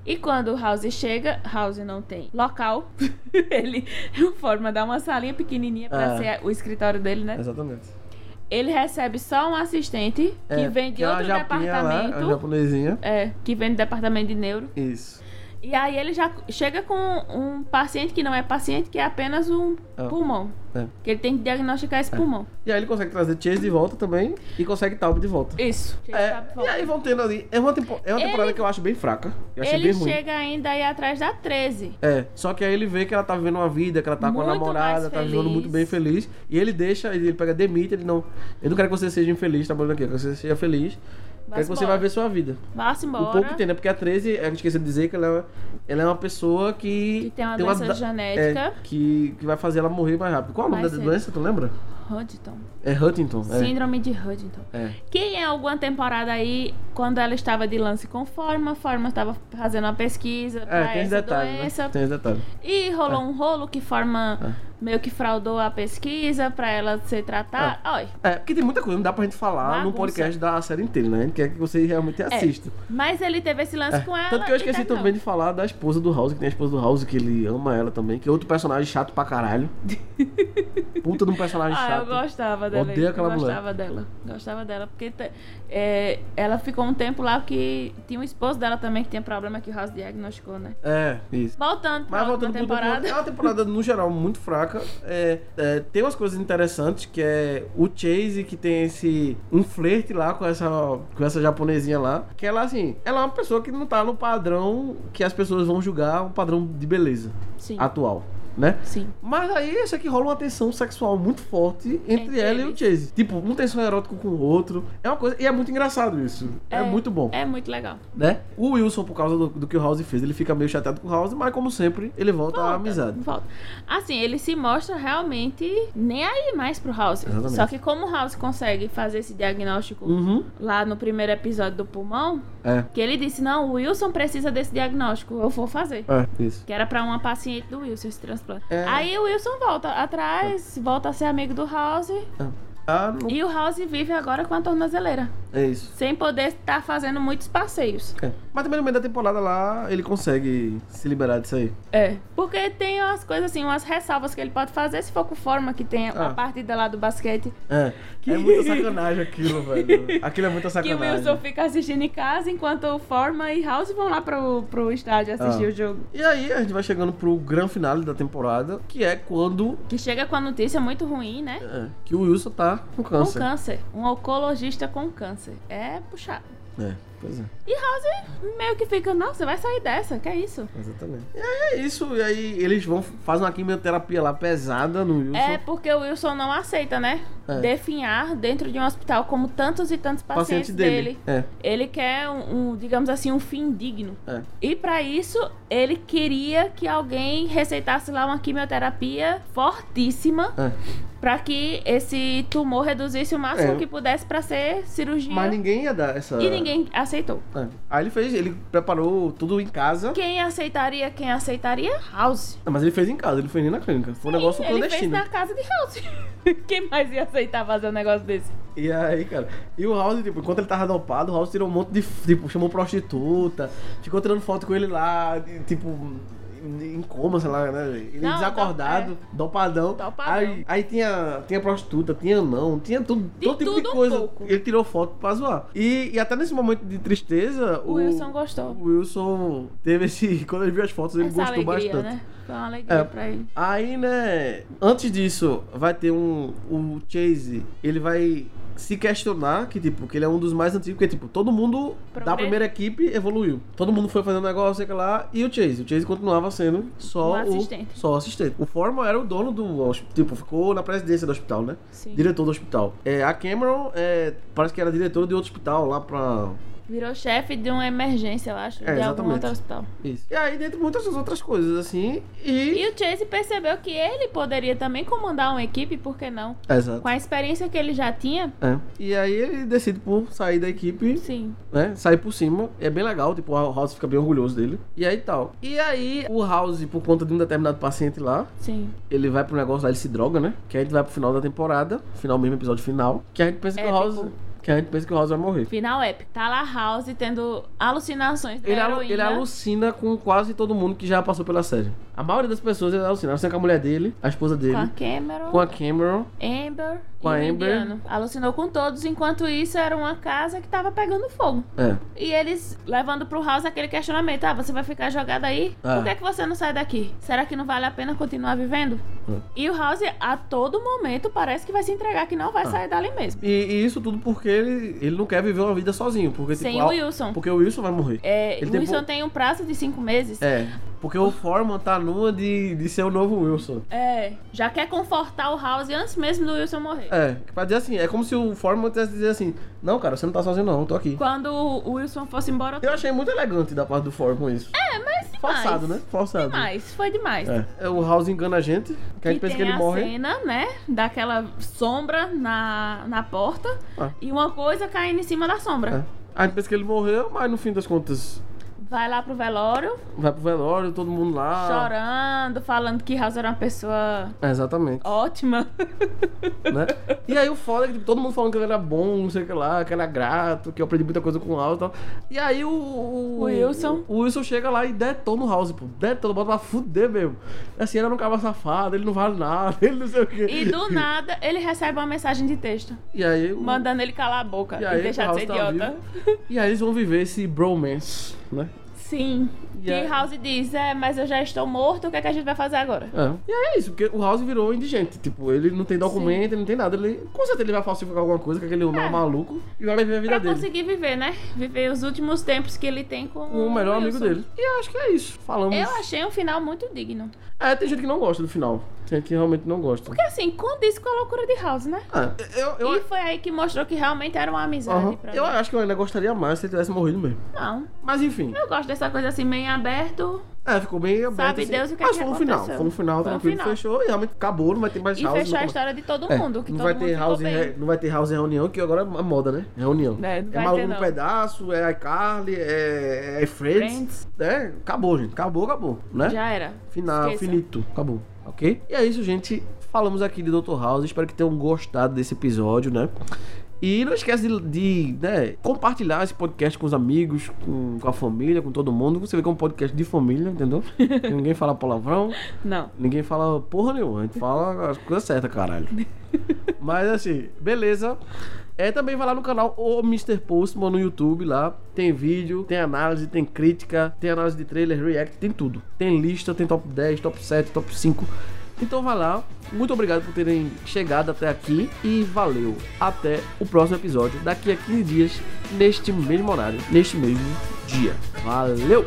Speaker 3: E quando o House chega, House não tem local. ele o forma dá uma salinha pequenininha pra
Speaker 2: É.
Speaker 3: ser o escritório dele, né?
Speaker 2: Exatamente. É, ele
Speaker 3: Ele recebe só um assistente que vem de outro
Speaker 2: Lá, a
Speaker 3: departamento.
Speaker 2: japonesinha.
Speaker 3: é, que vem do departamento de neuro.
Speaker 2: Isso.
Speaker 3: E aí ele já chega com um paciente que não é paciente, que é apenas um
Speaker 2: É.
Speaker 3: pulmão.
Speaker 2: É.
Speaker 3: Que ele tem que diagnosticar esse pulmão.
Speaker 2: E aí ele consegue trazer Chase de volta também e consegue Taub de volta.
Speaker 3: Isso. tá
Speaker 2: É, e aí vão tendo ali. É uma, tempo- é uma
Speaker 3: Ele-
Speaker 2: temporada que eu acho bem fraca. Eu achei
Speaker 3: ele
Speaker 2: bem ruim.
Speaker 3: chega ainda aí atrás da 13.
Speaker 2: É, só que aí ele vê que ela tá vivendo uma vida, que ela tá com a
Speaker 3: Muito
Speaker 2: namorada,
Speaker 3: mais
Speaker 2: tá vivendo
Speaker 3: feliz.
Speaker 2: muito bem feliz. E ele deixa, ele pega, demite, ele não. Eu não quero que você seja infeliz trabalhando aqui, eu quero que você seja feliz.
Speaker 3: Vai
Speaker 2: Quero que você
Speaker 3: embora.
Speaker 2: vai ver sua vida.
Speaker 3: Vá-se embora.
Speaker 2: O pouco tem, né? Porque a 13, a gente esqueceu de dizer que ela é uma, ela é uma pessoa que.
Speaker 3: Que tem uma doença
Speaker 2: da-
Speaker 3: genética.
Speaker 2: é, que, que vai fazer ela morrer mais rápido. Qual é o nome
Speaker 3: Mais
Speaker 2: da
Speaker 3: cedo.
Speaker 2: doença, tu lembra?
Speaker 3: Huntington.
Speaker 2: É Huntington. é.
Speaker 3: Síndrome de Huntington.
Speaker 2: É.
Speaker 3: Que em alguma temporada aí, quando ela estava de lance com Forma, Forma estava fazendo uma pesquisa
Speaker 2: É, tem
Speaker 3: pra
Speaker 2: esse
Speaker 3: essa
Speaker 2: detalhe, né?
Speaker 3: doença.
Speaker 2: Tem É. esse detalhe.
Speaker 3: E rolou um rolo que Forma meio que fraudou a pesquisa pra ela ser tratada. Olha,
Speaker 2: É, porque tem muita coisa, não dá pra gente falar num
Speaker 3: Bagunça. É,
Speaker 2: podcast da série inteira, né? A gente quer que você realmente assista.
Speaker 3: mas ele teve esse lance
Speaker 2: É.
Speaker 3: com ela.
Speaker 2: Tanto que eu
Speaker 3: e
Speaker 2: esqueci
Speaker 3: terminou.
Speaker 2: também de falar da esposa do House, que tem a esposa do House, que ele ama ela também, que é outro personagem chato pra caralho. Puta de um personagem
Speaker 3: Ah,
Speaker 2: chato.
Speaker 3: eu gostava dela.
Speaker 2: Odeio aquela
Speaker 3: eu
Speaker 2: mulher.
Speaker 3: gostava dela. Gostava dela. Porque te- é, ela ficou um tempo lá que tinha um esposo dela também que tinha problema que o House diagnosticou, né?
Speaker 2: É, isso.
Speaker 3: Voltando pra
Speaker 2: Mas voltando pro
Speaker 3: última
Speaker 2: ponto,
Speaker 3: temporada.
Speaker 2: é uma temporada no geral muito fraca. É, é, tem umas coisas interessantes, que é o Chase, que tem esse. um flerte lá com essa, com essa japonesinha lá. Que ela, assim, ela é uma pessoa que não tá no padrão que as pessoas vão julgar, um padrão de beleza
Speaker 3: Sim.
Speaker 2: atual, né?
Speaker 3: Sim.
Speaker 2: Mas aí isso aqui rola uma tensão sexual muito forte entre,
Speaker 3: Entre
Speaker 2: ela
Speaker 3: eles.
Speaker 2: e o Chase. Tipo, um tensão erótico com o outro. É uma coisa. E é muito engraçado isso. É, muito bom.
Speaker 3: É muito legal.
Speaker 2: Né? O Wilson, por causa do, do que o House fez, ele fica meio chateado com o House, mas como sempre, ele volta, à amizade.
Speaker 3: Volta. Assim, ele se mostra realmente nem aí mais pro House.
Speaker 2: Exatamente.
Speaker 3: Só que como o House consegue fazer esse diagnóstico
Speaker 2: Uhum.
Speaker 3: lá no primeiro episódio do pulmão,
Speaker 2: É.
Speaker 3: que ele disse, não, o Wilson precisa desse diagnóstico, eu vou fazer.
Speaker 2: É, isso.
Speaker 3: Que era pra uma paciente do Wilson esse transplante.
Speaker 2: É.
Speaker 3: Aí o Wilson volta atrás, volta a ser amigo do House.
Speaker 2: Ah, não-
Speaker 3: E o House vive agora com a tornozeleira.
Speaker 2: É isso.
Speaker 3: Sem poder estar fazendo muitos passeios.
Speaker 2: É. Mas também no meio da temporada lá, ele consegue se liberar disso aí.
Speaker 3: É. Porque tem umas coisas assim, umas ressalvas que ele pode fazer se for com forma, que tem
Speaker 2: Ah.
Speaker 3: a partida lá do basquete.
Speaker 2: É. É muita sacanagem aquilo, velho. Aquilo é muita
Speaker 3: Que o
Speaker 2: sacanagem.
Speaker 3: Wilson fica assistindo em casa, enquanto o Forma e House vão lá pro, pro estádio assistir
Speaker 2: Ah.
Speaker 3: o jogo.
Speaker 2: E aí a gente vai chegando pro grande finale da temporada, que é quando
Speaker 3: Que chega com a notícia muito ruim, né?
Speaker 2: é, que o Wilson tá com
Speaker 3: Com
Speaker 2: câncer.
Speaker 3: câncer. Um oncologista com câncer. É puxado.
Speaker 2: É, pois é,
Speaker 3: E House meio que fica, não, você vai sair dessa, que é isso?
Speaker 2: exatamente. E aí é isso, e aí eles vão fazem uma quimioterapia lá pesada no Wilson.
Speaker 3: É porque o Wilson não aceita, né?
Speaker 2: É.
Speaker 3: Definhar dentro de um hospital como tantos e tantos pacientes
Speaker 2: paciente dele.
Speaker 3: dele.
Speaker 2: É,
Speaker 3: Ele quer um, um, digamos assim, um fim digno.
Speaker 2: é.
Speaker 3: E pra isso, ele queria que alguém receitasse lá uma quimioterapia fortíssima
Speaker 2: É.
Speaker 3: pra que esse tumor reduzisse o máximo
Speaker 2: É.
Speaker 3: que pudesse pra ser cirurgia.
Speaker 2: Mas ninguém ia dar essa.
Speaker 3: E ninguém aceitou.
Speaker 2: É. Aí ele fez, ele preparou tudo em casa.
Speaker 3: Quem aceitaria, quem aceitaria? House.
Speaker 2: Mas ele fez em casa, ele não fez nem na clínica. Foi um negócio
Speaker 3: Ele fez
Speaker 2: clandestino.
Speaker 3: na casa de House. quem mais ia aceitar fazer um negócio desse?
Speaker 2: E aí, cara. E o House, tipo, enquanto ele tava dopado, o House tirou um monte de. Tipo, chamou prostituta, ficou tirando foto com ele lá, de- tipo. Em em coma, sei lá, né? Ele
Speaker 3: Não, é.
Speaker 2: desacordado, dopadão.
Speaker 3: Dopadão.
Speaker 2: Aí, aí tinha, tinha prostituta, tinha não, tinha tudo,
Speaker 3: De
Speaker 2: todo tipo
Speaker 3: tudo
Speaker 2: de
Speaker 3: um
Speaker 2: coisa.
Speaker 3: pouco.
Speaker 2: Ele tirou foto pra zoar. E, e até nesse momento de tristeza,
Speaker 3: O Wilson gostou.
Speaker 2: O Wilson teve esse. Quando ele viu as fotos, ele
Speaker 3: Essa
Speaker 2: gostou
Speaker 3: alegria,
Speaker 2: bastante.
Speaker 3: né? Foi uma alegria
Speaker 2: É.
Speaker 3: pra ele.
Speaker 2: Aí, né, antes disso, vai ter um. O Chase, ele vai se questionar que, tipo, que ele é um dos mais antigos, porque, tipo, todo mundo da
Speaker 3: Progresso.
Speaker 2: primeira equipe evoluiu. Todo mundo foi fazendo negócio, sei que lá, e o Chase. O Chase continuava sendo só
Speaker 3: Um
Speaker 2: o
Speaker 3: assistente.
Speaker 2: Só o assistente. O Forma era o dono do. hosp- Tipo, ficou na presidência do hospital, né?
Speaker 3: Sim.
Speaker 2: Diretor do hospital. É, a Cameron é, parece que era diretora de outro hospital lá pra.
Speaker 3: Virou chefe de uma emergência, eu acho,
Speaker 2: É,
Speaker 3: de algum
Speaker 2: exatamente.
Speaker 3: outro hospital.
Speaker 2: Isso. E aí, dentro de muitas outras coisas, assim.
Speaker 3: E o Chase percebeu que ele poderia também comandar uma equipe, por que não?
Speaker 2: Exato.
Speaker 3: Com a experiência que ele já tinha,
Speaker 2: É. E aí ele decide por sair da equipe,
Speaker 3: sim.
Speaker 2: né? Sair por cima. É bem legal, tipo, o House fica bem orgulhoso dele. E aí tal. E aí o House, por conta de um determinado paciente lá,
Speaker 3: Sim.
Speaker 2: ele vai pro negócio lá, ele se droga, né? Que a gente vai pro final da temporada, final mesmo, episódio final. Que a gente pensa que o
Speaker 3: Épico.
Speaker 2: House. Que a gente pensa que o House vai morrer.
Speaker 3: Final épico. Tá lá House tendo alucinações da
Speaker 2: Ele, alu-
Speaker 3: heroína.
Speaker 2: ele alucina com quase todo mundo que já passou pela série. A maioria das pessoas ele alucina. Alucina com a mulher dele, a esposa dele,
Speaker 3: Com a Cameron,
Speaker 2: com a Cameron.
Speaker 3: Amber
Speaker 2: com
Speaker 3: e
Speaker 2: a
Speaker 3: o
Speaker 2: Amber.
Speaker 3: indiano. Alucinou com todos, enquanto isso era uma casa que tava pegando fogo.
Speaker 2: É.
Speaker 3: E eles levando pro House aquele questionamento: ah, você vai ficar jogado aí?
Speaker 2: Ah.
Speaker 3: Por que, que você não sai daqui? Será que não vale a pena continuar vivendo?
Speaker 2: Hum.
Speaker 3: E o House, a todo momento, parece que vai se entregar, que não vai
Speaker 2: Ah.
Speaker 3: sair dali mesmo.
Speaker 2: E, e isso tudo porque ele, ele não quer viver uma vida sozinho. Porque,
Speaker 3: Sem
Speaker 2: tipo,
Speaker 3: o
Speaker 2: a-
Speaker 3: Wilson.
Speaker 2: Porque o Wilson vai morrer.
Speaker 3: É,
Speaker 2: ele
Speaker 3: o
Speaker 2: tem
Speaker 3: Wilson
Speaker 2: pou-
Speaker 3: tem um prazo de cinco meses.
Speaker 2: É, porque o Foreman tá numa de, de ser o novo Wilson.
Speaker 3: É, já quer confortar o House antes mesmo do Wilson morrer.
Speaker 2: É, pra dizer assim, é como se o Foreman tivesse dizer assim: Não, cara, você não tá sozinho, não, eu tô aqui.
Speaker 3: Quando o Wilson fosse embora,
Speaker 2: Eu achei muito elegante da parte do Foreman isso.
Speaker 3: É, mas demais.
Speaker 2: Forçado, né? Forçado.
Speaker 3: Demais, foi demais.
Speaker 2: É. É, O House engana a gente, que a gente pensa que
Speaker 3: tem
Speaker 2: ele
Speaker 3: a
Speaker 2: morre.
Speaker 3: cena, né? Daquela sombra na, na porta
Speaker 2: Ah.
Speaker 3: e uma coisa caindo em cima da sombra.
Speaker 2: É. A gente pensa que ele morreu, mas no fim das contas
Speaker 3: Vai lá pro velório,
Speaker 2: vai pro velório, todo mundo lá.
Speaker 3: chorando, falando que House era uma pessoa
Speaker 2: É, Exatamente.
Speaker 3: ótima.
Speaker 2: né? E aí o foda é que tipo, todo mundo falando que ele era bom, não sei o que lá, que era grato, que eu aprendi muita coisa com o House e tal. E aí o, o-
Speaker 3: O Wilson.
Speaker 2: O Wilson chega lá e detona o House, pô. Detona, bota pra fuder mesmo. Assim, ele era um cara safado, ele não vale nada, ele não sei o quê.
Speaker 3: E do nada ele recebe uma mensagem de texto,
Speaker 2: E aí. o-
Speaker 3: mandando ele calar a boca
Speaker 2: E
Speaker 3: e,
Speaker 2: aí,
Speaker 3: deixar
Speaker 2: o
Speaker 3: de ser
Speaker 2: House tá
Speaker 3: idiota.
Speaker 2: E aí eles vão viver esse bromance, né?
Speaker 3: Sim.
Speaker 2: E
Speaker 3: E
Speaker 2: aí-
Speaker 3: House diz: É, mas eu já estou morto, o que, é que a gente vai fazer agora?
Speaker 2: É. E aí é isso, porque o House virou indigente. Tipo, ele não tem documento, ele não tem nada. Ele, com certeza ele vai falsificar alguma coisa, que aquele homem é um maluco. E vai viver a vida
Speaker 3: Pra
Speaker 2: dele.
Speaker 3: conseguir viver, né? Viver os últimos tempos que ele tem com
Speaker 2: Com o melhor amigo
Speaker 3: Wilson.
Speaker 2: dele. E eu acho que é isso. Falamos.
Speaker 3: Eu achei um final muito digno.
Speaker 2: É, tem gente que não gosta do final. Tem gente que realmente não gosta.
Speaker 3: Porque assim, condiz com a loucura de House, né?
Speaker 2: Ah, eu, eu,
Speaker 3: E foi aí que mostrou que realmente era uma amizade
Speaker 2: Aham.
Speaker 3: pra
Speaker 2: eu
Speaker 3: mim.
Speaker 2: acho que eu ainda gostaria mais se ele tivesse morrido mesmo.
Speaker 3: Não.
Speaker 2: Mas enfim.
Speaker 3: Eu gosto dessa coisa assim, meio aberto.
Speaker 2: É, ficou bem aberto.
Speaker 3: Sabe
Speaker 2: assim.
Speaker 3: Deus o que
Speaker 2: Mas
Speaker 3: é que
Speaker 2: foi um final.
Speaker 3: aconteceu.
Speaker 2: Foi um final
Speaker 3: Foi um
Speaker 2: tranquilo,
Speaker 3: final.
Speaker 2: fechou e realmente acabou, não vai ter mais
Speaker 3: E
Speaker 2: house.
Speaker 3: fechou a
Speaker 2: nunca mais.
Speaker 3: história de todo
Speaker 2: É,
Speaker 3: mundo. Que
Speaker 2: não
Speaker 3: todo
Speaker 2: vai
Speaker 3: mundo
Speaker 2: ter
Speaker 3: ficou
Speaker 2: house, em
Speaker 3: bem.
Speaker 2: re- não vai ter house em reunião, que agora é a moda, né? Reunião.
Speaker 3: É, não vai ter,
Speaker 2: maluco no
Speaker 3: não.
Speaker 2: pedaço, é iCarly, é, é Friends.
Speaker 3: Friends.
Speaker 2: É, acabou, gente. Acabou, acabou, né?
Speaker 3: Já era.
Speaker 2: Final,
Speaker 3: Esqueça.
Speaker 2: finito. Acabou, ok? E é isso, gente. Falamos aqui de Dr. House. Espero que tenham gostado desse episódio, né? E não esquece de, de, né, compartilhar esse podcast com os amigos, com, com a família, com todo mundo. Você vê que é um podcast de família, entendeu? Que ninguém fala palavrão,
Speaker 3: Não.
Speaker 2: ninguém fala porra nenhuma. A gente fala as coisas certas, caralho. Mas assim, beleza. É, também vai lá no canal O Mr. Postman no YouTube lá. Tem vídeo, tem análise, tem crítica, tem análise de trailer, react, tem tudo. Tem lista, tem top 10, top 7, top 5. Então vai lá. Muito obrigado por terem chegado até aqui e valeu. Até o próximo episódio, daqui a 15 dias, neste mesmo horário, neste mesmo dia. Valeu!